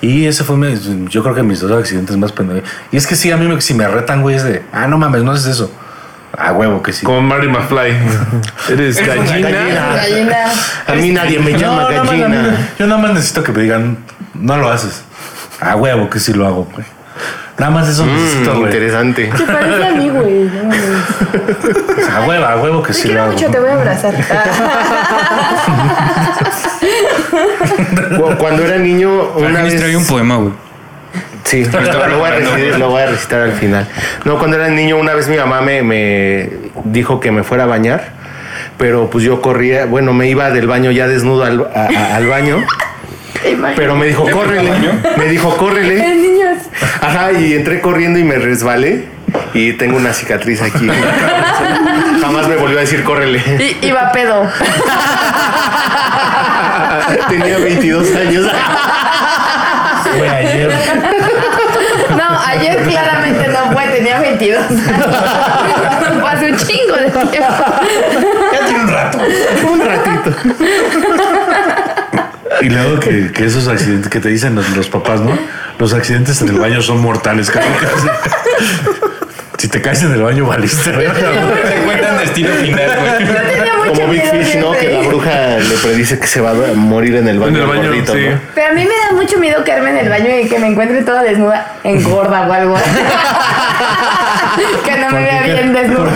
Speaker 5: Y ese fue, mi- yo creo que mis dos accidentes más pendejos. Y es que sí, a mí me- si me retan, güey, es de, ah, no mames, no haces eso. A huevo que sí.
Speaker 7: Como Mary McFly. Eres gallina.
Speaker 3: Gallina.
Speaker 6: A mí nadie me
Speaker 5: No,
Speaker 6: llama
Speaker 5: no, mames, a mí
Speaker 6: gallina.
Speaker 5: no- yo nada más necesito que me digan, no lo haces. A huevo que sí lo hago, güey. Nada más eso necesito,
Speaker 6: Mm,
Speaker 5: güey.
Speaker 6: interesante.
Speaker 3: Te parece a mí, güey. No mames.
Speaker 5: A huevo, a huevo que
Speaker 3: Te
Speaker 5: sí lo
Speaker 3: quiero
Speaker 5: hago.
Speaker 3: mucho, te voy a abrazar.
Speaker 6: Cu- Cuando era niño, una
Speaker 4: Una
Speaker 6: vez.
Speaker 4: trae un poema, güey.
Speaker 6: Sí, lo voy, a recitar, lo voy a recitar al final. No, cuando era niño, una vez mi mamá me, me dijo que me fuera a bañar, pero pues yo corría, bueno, me iba del baño ya desnudo al, a- a- al baño,
Speaker 3: Te imagino.
Speaker 6: pero me dijo,
Speaker 4: ¿Te fuiste al
Speaker 6: córrele.
Speaker 4: baño?
Speaker 6: Me dijo, córrele.
Speaker 3: El niño es-
Speaker 6: Ajá, y entré corriendo y me resbalé y tengo una cicatriz aquí. en la cabeza. Jamás me volvió a decir, córrele.
Speaker 3: I- Iba pedo.
Speaker 6: Tenía 22 años.
Speaker 5: Güey, ayer,
Speaker 3: No, ayer claramente no fue, tenía 22 años. Fue hace un chingo de tiempo.
Speaker 6: Un ratito.
Speaker 5: y luego que, que esos accidentes que te dicen los, los papás, ¿no? Los accidentes en el baño son mortales, casi, casi. Si te caes en el baño, valiste, verga, güey.
Speaker 4: Te cuentan destino final, güey.
Speaker 3: Yo tenía mucho
Speaker 6: Como Big
Speaker 3: miedo
Speaker 6: Fish,
Speaker 3: siempre.
Speaker 6: ¿no? Que la bruja le predice que se va a morir en el baño.
Speaker 7: En el baño,
Speaker 6: gordito,
Speaker 7: sí.
Speaker 6: ¿no?
Speaker 3: Pero a mí me da mucho miedo quedarme en el baño y que me encuentre toda desnuda, engorda o algo. que no me vea
Speaker 5: qué?
Speaker 3: bien desnuda.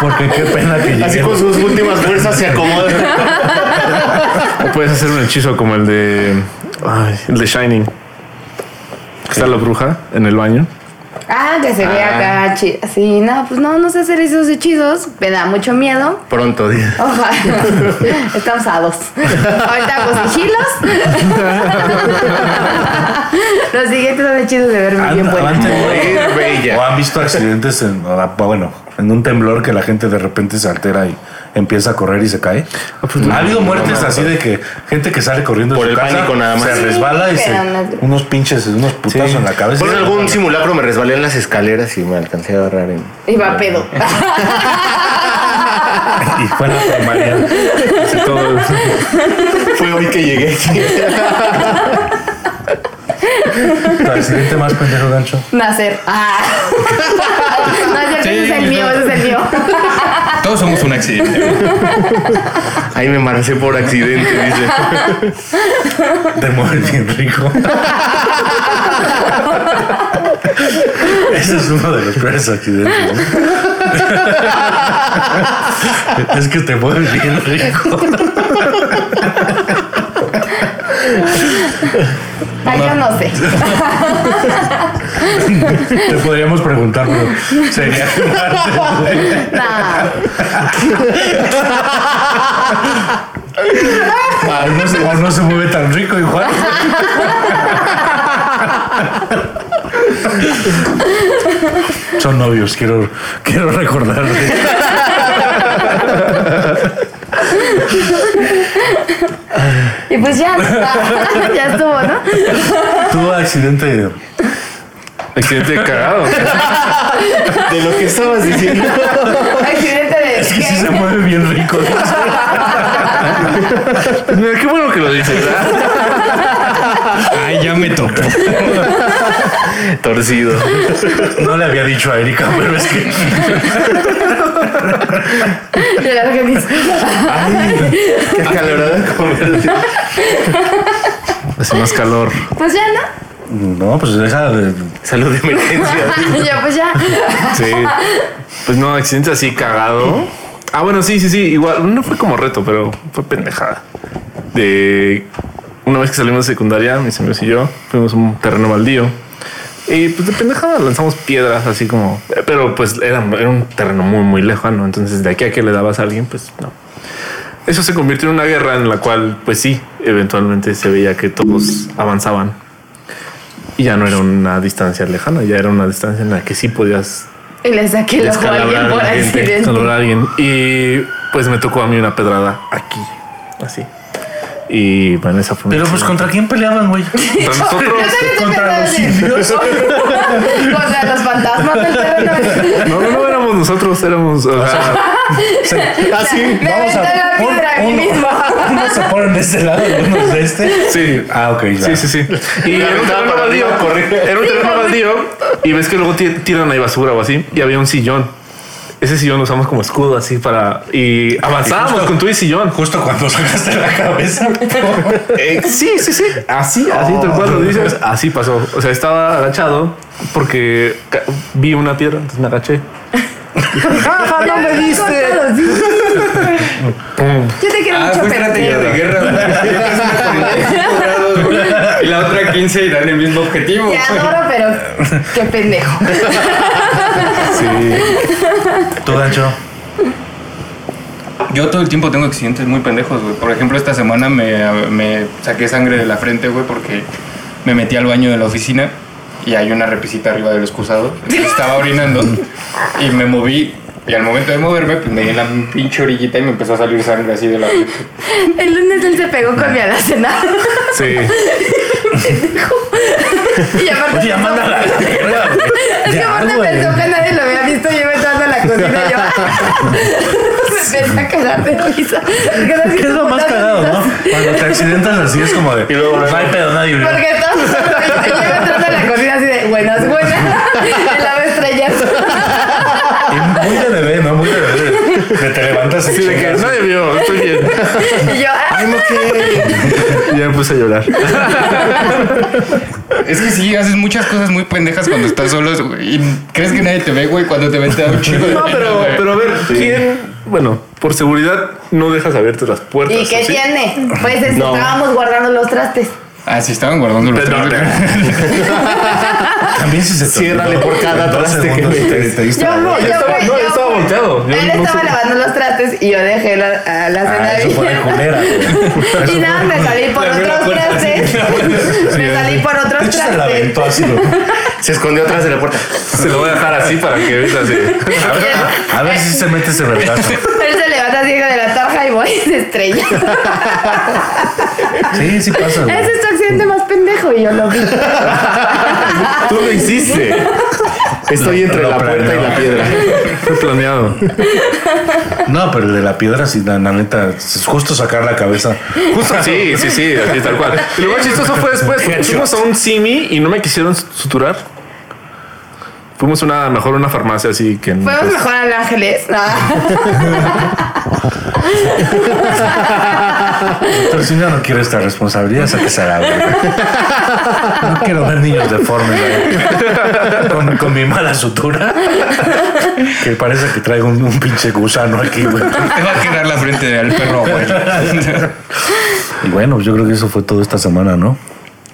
Speaker 5: Porque qué pena que
Speaker 6: Así con
Speaker 5: lleguemos.
Speaker 6: sus últimas fuerzas se acomoda.
Speaker 7: O puedes hacer un hechizo como el de. Ay, el de Shining. Que Está la bruja en el baño
Speaker 3: Ah, que se vea
Speaker 6: Ah.
Speaker 3: acá chi- Sí, no, pues no, no sé hacer esos hechizos. Me da mucho miedo.
Speaker 6: Pronto, día.
Speaker 3: Ojalá. Estamos a dos. Ahorita hago sigilos. Los siguientes son hechizos de verme
Speaker 5: ¿Han,
Speaker 3: bien
Speaker 5: han
Speaker 3: buena.
Speaker 5: tenido-
Speaker 6: Morir bella.
Speaker 5: o han visto accidentes en, o la- bueno, en un temblor que la gente de repente se altera y empieza a correr y se cae? ha habido muertes así de que gente que sale corriendo de
Speaker 6: Por
Speaker 5: su
Speaker 6: el
Speaker 5: casa,
Speaker 6: pánico nada más.
Speaker 5: se
Speaker 6: Sí,
Speaker 5: resbala y
Speaker 3: pero
Speaker 5: se,
Speaker 3: no-
Speaker 5: unos pinches, unos putazos en la cabeza.
Speaker 6: Por algún simulacro me resbalé en las escaleras y me alcancé a agarrar en.
Speaker 3: Iba a pedo.
Speaker 5: Y fue en la primaria.
Speaker 7: Todo.
Speaker 6: Fue hoy que llegué.
Speaker 5: Para el siguiente más pendejo gancho.
Speaker 3: Nacer. Ah. No es cierto, ese es el mío, ese es el mío.
Speaker 4: Todos somos un accidente.
Speaker 6: Ahí me embaracé por accidente, dice.
Speaker 5: Te mueres bien rico. Ese es uno de los peores accidentes. ¿no? es que te mueres bien rico.
Speaker 3: Ay, yo no sé.
Speaker 5: Te podríamos preguntar, pero sería quemarte, güey.
Speaker 3: Nah.
Speaker 5: Ah, no se, o no se mueve tan rico igual. Son novios, quiero, quiero recordarle.
Speaker 3: Y pues ya. Ya estuvo, ¿no?
Speaker 5: Tuvo accidente.
Speaker 7: Accidente cagado.
Speaker 6: De lo que estabas diciendo.
Speaker 3: Accidente de.
Speaker 5: Es que sí se mueve bien rico.
Speaker 7: Mira, qué bueno que lo dices, ¿verdad?
Speaker 4: Ay, ya me tocó.
Speaker 6: Torcido.
Speaker 5: No le había dicho a Erika, pero es que.
Speaker 3: De la organización.
Speaker 6: Qué acalorada conversación.
Speaker 7: Hace más calor.
Speaker 3: Pues ya, ¿no?
Speaker 5: No, pues deja de.
Speaker 6: Salud de emergencia.
Speaker 3: Ya, pues ya.
Speaker 7: Sí. Pues no, accidente así cagado. Ah, bueno, sí, sí, sí. Igual, no fue como reto, pero fue pendejada. De una vez que salimos de secundaria, mis amigos y yo fuimos a un terreno baldío. Y pues de pendejada lanzamos piedras así como, eh, pero pues era, era un terreno muy, muy lejano. Entonces, de aquí a que le dabas a alguien, pues no. Eso se convirtió en una guerra en la cual, pues sí, eventualmente se veía que todos avanzaban. Y ya no era una distancia lejana, ya era una distancia en la que sí podías
Speaker 3: Y le saqué el ojo a alguien
Speaker 7: descalabrar
Speaker 3: por
Speaker 7: a la gente,
Speaker 3: accidente.
Speaker 7: descalabrar a alguien. Y pues me tocó a mí una pedrada aquí, así. Y bueno, esa fue mi
Speaker 5: Pero pues
Speaker 7: accidente.
Speaker 5: contra quién peleaban, güey.
Speaker 7: Contra nosotros.
Speaker 3: Yo también estoy
Speaker 5: Contra los
Speaker 3: pensando en-
Speaker 5: indios.
Speaker 3: Contra los fantasmas del terreno.
Speaker 7: No, no, no éramos nosotros, éramos. o sea,
Speaker 6: Así.
Speaker 3: Me
Speaker 5: Vamos
Speaker 3: aventó la
Speaker 5: a. un-
Speaker 3: piedra a mí
Speaker 5: uno-
Speaker 3: mismo.
Speaker 5: Uno se pone de este lado y uno de este.
Speaker 7: sí.
Speaker 5: Ah, ok, ya.
Speaker 7: Sí, sí, sí. Y
Speaker 6: La
Speaker 7: era un
Speaker 6: aventaba
Speaker 7: terreno
Speaker 6: para
Speaker 7: baldío.
Speaker 6: arriba, corría.
Speaker 7: Era un terreno baldío. Y ves que luego ti- tiran ahí basura o así. Y había un sillón. Ese sillón lo usamos como escudo así para. Y avanzábamos con tu sillón.
Speaker 5: Justo cuando sacaste la cabeza.
Speaker 7: Eh, sí, sí, Oh. sí. Así, así, tal cual lo dices. Así pasó. O sea, estaba agachado porque ca- vi una piedra, entonces me agaché. ¡Jaja, no me diste!
Speaker 3: Contra los niños. Yo te quiero
Speaker 4: Ah,
Speaker 3: mucho,
Speaker 5: pues
Speaker 4: fue
Speaker 3: pero
Speaker 4: estrategia de guerra. y la otra 15 irán el mismo objetivo. pues.
Speaker 3: te adoro, pero qué pendejo.
Speaker 5: Tú, gancho.
Speaker 4: Yo todo el tiempo tengo accidentes muy pendejos, güey. Por ejemplo, esta semana me, me saqué sangre de la frente, güey, porque me metí al baño de la oficina y hay una repisita arriba del excusado. Entonces, Estaba orinando y me moví. Y al momento de moverme, pues me di en la pinche orillita y me empezó a salir sangre así de la frente.
Speaker 3: El lunes él se pegó con mi alacena.
Speaker 7: Sí.
Speaker 3: Y aparte.
Speaker 5: Oye, ya
Speaker 3: pensó-
Speaker 5: manda la verga, güey.
Speaker 3: Es que
Speaker 5: Ya,
Speaker 3: aparte
Speaker 5: güey.
Speaker 3: pensó que nadie lo había visto. Yo me entrando a la cocina y yo. Me empecé a cagar de risa. Porque no sé
Speaker 5: ¿Qué es lo
Speaker 3: cómo
Speaker 5: más
Speaker 3: tanto
Speaker 5: cagado,
Speaker 3: estás-
Speaker 5: no? Cuando te accidentas así es como de. No hay pedo, nadie vio.
Speaker 3: Porque todos y yo entrando a la cocina así de buenas, buenas. Y la va estrellar.
Speaker 5: Y Muy de bebé, ¿no? Muy de bebé. Que te levantas y
Speaker 7: Sí, de que
Speaker 5: chingas.
Speaker 7: nadie vio, estoy bien.
Speaker 3: Y yo, ah,
Speaker 7: Y ya me puse a llorar.
Speaker 4: Es que sí, haces muchas cosas muy pendejas cuando estás solo güey, y crees que nadie te ve, güey, cuando te ves te da un chingo de
Speaker 7: No,
Speaker 4: pena,
Speaker 7: pero,
Speaker 4: güey.
Speaker 7: pero a ver, ¿quién? Bueno, por seguridad no dejas abiertas las puertas.
Speaker 3: ¿Y qué
Speaker 7: ¿sí?
Speaker 3: tiene? Pues es-
Speaker 6: No.
Speaker 3: estábamos guardando los trastes.
Speaker 4: Ah, sí, estaban guardando los
Speaker 7: Pero-
Speaker 4: trastes.
Speaker 5: También si se te
Speaker 6: Ciérrale
Speaker 5: olvidó,
Speaker 6: por cada
Speaker 5: en dos
Speaker 6: traste que
Speaker 5: segundos te-
Speaker 6: metes.
Speaker 5: te diste
Speaker 3: Yo,
Speaker 5: la
Speaker 3: no,
Speaker 5: vuelta.
Speaker 3: yo,
Speaker 7: estaba-
Speaker 3: fui-
Speaker 7: no,
Speaker 3: yo
Speaker 7: estaba
Speaker 3: fui.
Speaker 7: volteado. Yo
Speaker 3: Él
Speaker 7: no
Speaker 3: estaba
Speaker 7: sé.
Speaker 3: lavando los trastes y yo dejé la, a la
Speaker 5: Ah, eso fue de
Speaker 3: cenadilla.
Speaker 5: culera. güey.
Speaker 3: y nada, me salí por
Speaker 4: Le abrí la
Speaker 3: otros
Speaker 4: puerta.
Speaker 3: trastes. me salí por
Speaker 5: De
Speaker 3: otros
Speaker 5: hecho, se la
Speaker 3: trastes.
Speaker 5: aventó así, güey.
Speaker 6: Se escondió atrás de la puerta.
Speaker 7: Se lo voy a dejar así para que veas así.
Speaker 5: A ver, a ver si se mete ese vergazo.
Speaker 3: Él se levanta así de la tarja y voy y se estrella.
Speaker 5: Sí, sí pasa, güey.
Speaker 3: Ese es tu accidente más pendejo y yo lo vi.
Speaker 6: Tú lo hiciste. Estoy
Speaker 5: Lo-
Speaker 6: entre
Speaker 5: lo
Speaker 6: la puerta y
Speaker 5: planeó.
Speaker 6: la piedra.
Speaker 7: Fue planeado.
Speaker 5: No, pero el de la piedra, sí, la, la neta, es justo sacar la cabeza.
Speaker 7: Justo sí, sí, sí, así tal cual. Y lo más chistoso fue después, porque fuimos a un simi y no me quisieron suturar. Fuimos a una, mejor una farmacia así que...
Speaker 3: Fuimos
Speaker 7: pues,
Speaker 3: mejor al Ángeles. Ah, No.
Speaker 5: Pero si no, no quiero esta responsabilidad, sáquese a la verga. No quiero ver niños deformes güey. con, con mi mala sutura. Que parece que traigo un, un pinche gusano aquí, güey.
Speaker 4: Te va a quedar la frente del perro, güey.
Speaker 5: Y bueno, yo creo que eso fue todo esta semana, ¿no?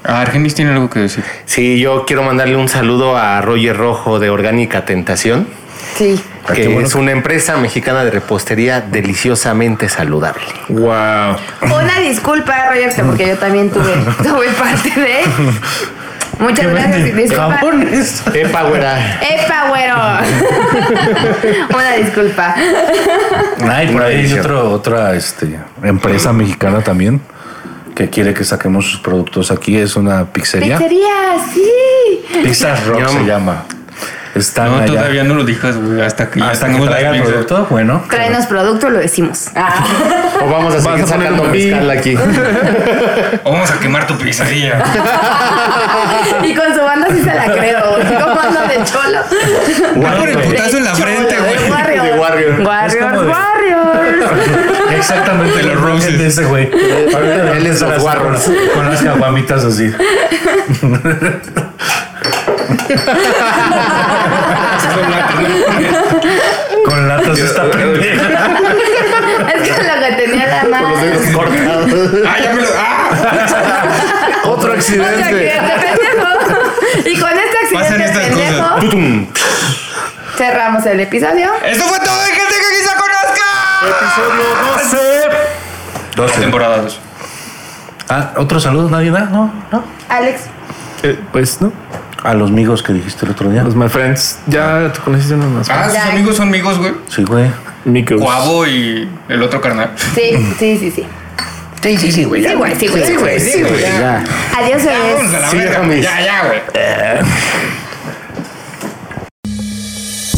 Speaker 4: Ah, Argenis tiene algo que decir.
Speaker 6: Sí, yo quiero mandarle un saludo a Roger Rojo de Orgánica Tentación,
Speaker 3: Sí.
Speaker 5: Ah,
Speaker 6: que
Speaker 5: qué bueno
Speaker 6: es una empresa mexicana de repostería deliciosamente saludable.
Speaker 7: Wow.
Speaker 3: Una disculpa, Roger, que porque yo también tuve, tuve parte de. Muchas gracias y disculpa.
Speaker 5: Jabones.
Speaker 6: Epa, güera.
Speaker 3: ¡Epa, güero! Una disculpa.
Speaker 5: Ay, por ahí hay
Speaker 6: Buenísimo.
Speaker 5: otro- otra este, empresa mexicana también que quiere que saquemos sus productos aquí. Es una pizzería.
Speaker 3: Pizzería, sí.
Speaker 5: Pizza Rock se
Speaker 6: Ñam.
Speaker 5: llama. Están
Speaker 4: No,
Speaker 5: allá.
Speaker 4: todavía no lo digas, güey. Hasta que ya
Speaker 5: Ah, Hasta que
Speaker 4: tengamos las
Speaker 5: traigan el
Speaker 4: pizzas.
Speaker 5: producto, bueno.
Speaker 3: Tráenos producto, lo decimos.
Speaker 6: O vamos a seguir
Speaker 7: a poner
Speaker 6: sacando
Speaker 7: un pi.
Speaker 6: mezcal aquí.
Speaker 4: O vamos a quemar tu pizzería.
Speaker 3: Y con su banda sí se la creo. güey. ¿Cómo anda de cholo?
Speaker 4: Va por el putazo en la
Speaker 3: Cholo,
Speaker 4: frente,
Speaker 3: de
Speaker 4: güey.
Speaker 6: De Warrior.
Speaker 3: Warriors,
Speaker 5: Es como
Speaker 3: Warriors.
Speaker 5: de-
Speaker 3: Warriors.
Speaker 5: Exactamente.
Speaker 4: De los
Speaker 5: imagen
Speaker 4: Roses.
Speaker 5: De ese güey. Ahorita
Speaker 6: Él es
Speaker 5: lo
Speaker 6: los
Speaker 5: las con,
Speaker 6: Warriors.
Speaker 5: con las caguamitas así. Con latas de esta
Speaker 6: eh,
Speaker 5: pendeja.
Speaker 3: Es que lo que tenía la
Speaker 6: Con
Speaker 3: mano.
Speaker 6: los dedos cortados.
Speaker 4: ¡Ah, ya me lo. ¡Ah!
Speaker 6: Otro
Speaker 3: Otro
Speaker 7: ¿eh?
Speaker 6: accidente.
Speaker 3: accidente, pendejo. Y con este
Speaker 4: Pasan
Speaker 3: accidente
Speaker 4: estas
Speaker 3: pendejo,
Speaker 4: cosas.
Speaker 3: cerramos el episodio.
Speaker 4: ¡Eso fue todo! ¡Gente que quizá conozca!
Speaker 5: Dos
Speaker 4: Temporada 2.
Speaker 6: eh.
Speaker 5: Ah, otro saludo, nadie da, ¿no? ¿No?
Speaker 3: Alex,
Speaker 7: Eh, pues no,
Speaker 5: A los amigos que dijiste el otro día.
Speaker 7: los my friends. Ya tú conociste uno más.
Speaker 4: Ah, sus
Speaker 3: Ya.
Speaker 4: amigos son amigos, güey.
Speaker 5: Sí, güey.
Speaker 7: Micos.
Speaker 4: Cuavo y el otro carnal.
Speaker 3: sí,
Speaker 4: Mm.
Speaker 3: sí, sí, sí.
Speaker 6: Sí, sí, sí, güey.
Speaker 3: Sí, güey, sí, güey.
Speaker 6: Sí, güey. ya.
Speaker 3: Adiós, bebés.
Speaker 4: Vámonos a la
Speaker 6: Sí,
Speaker 4: verga.
Speaker 6: déjame.
Speaker 4: Ya, ya, güey.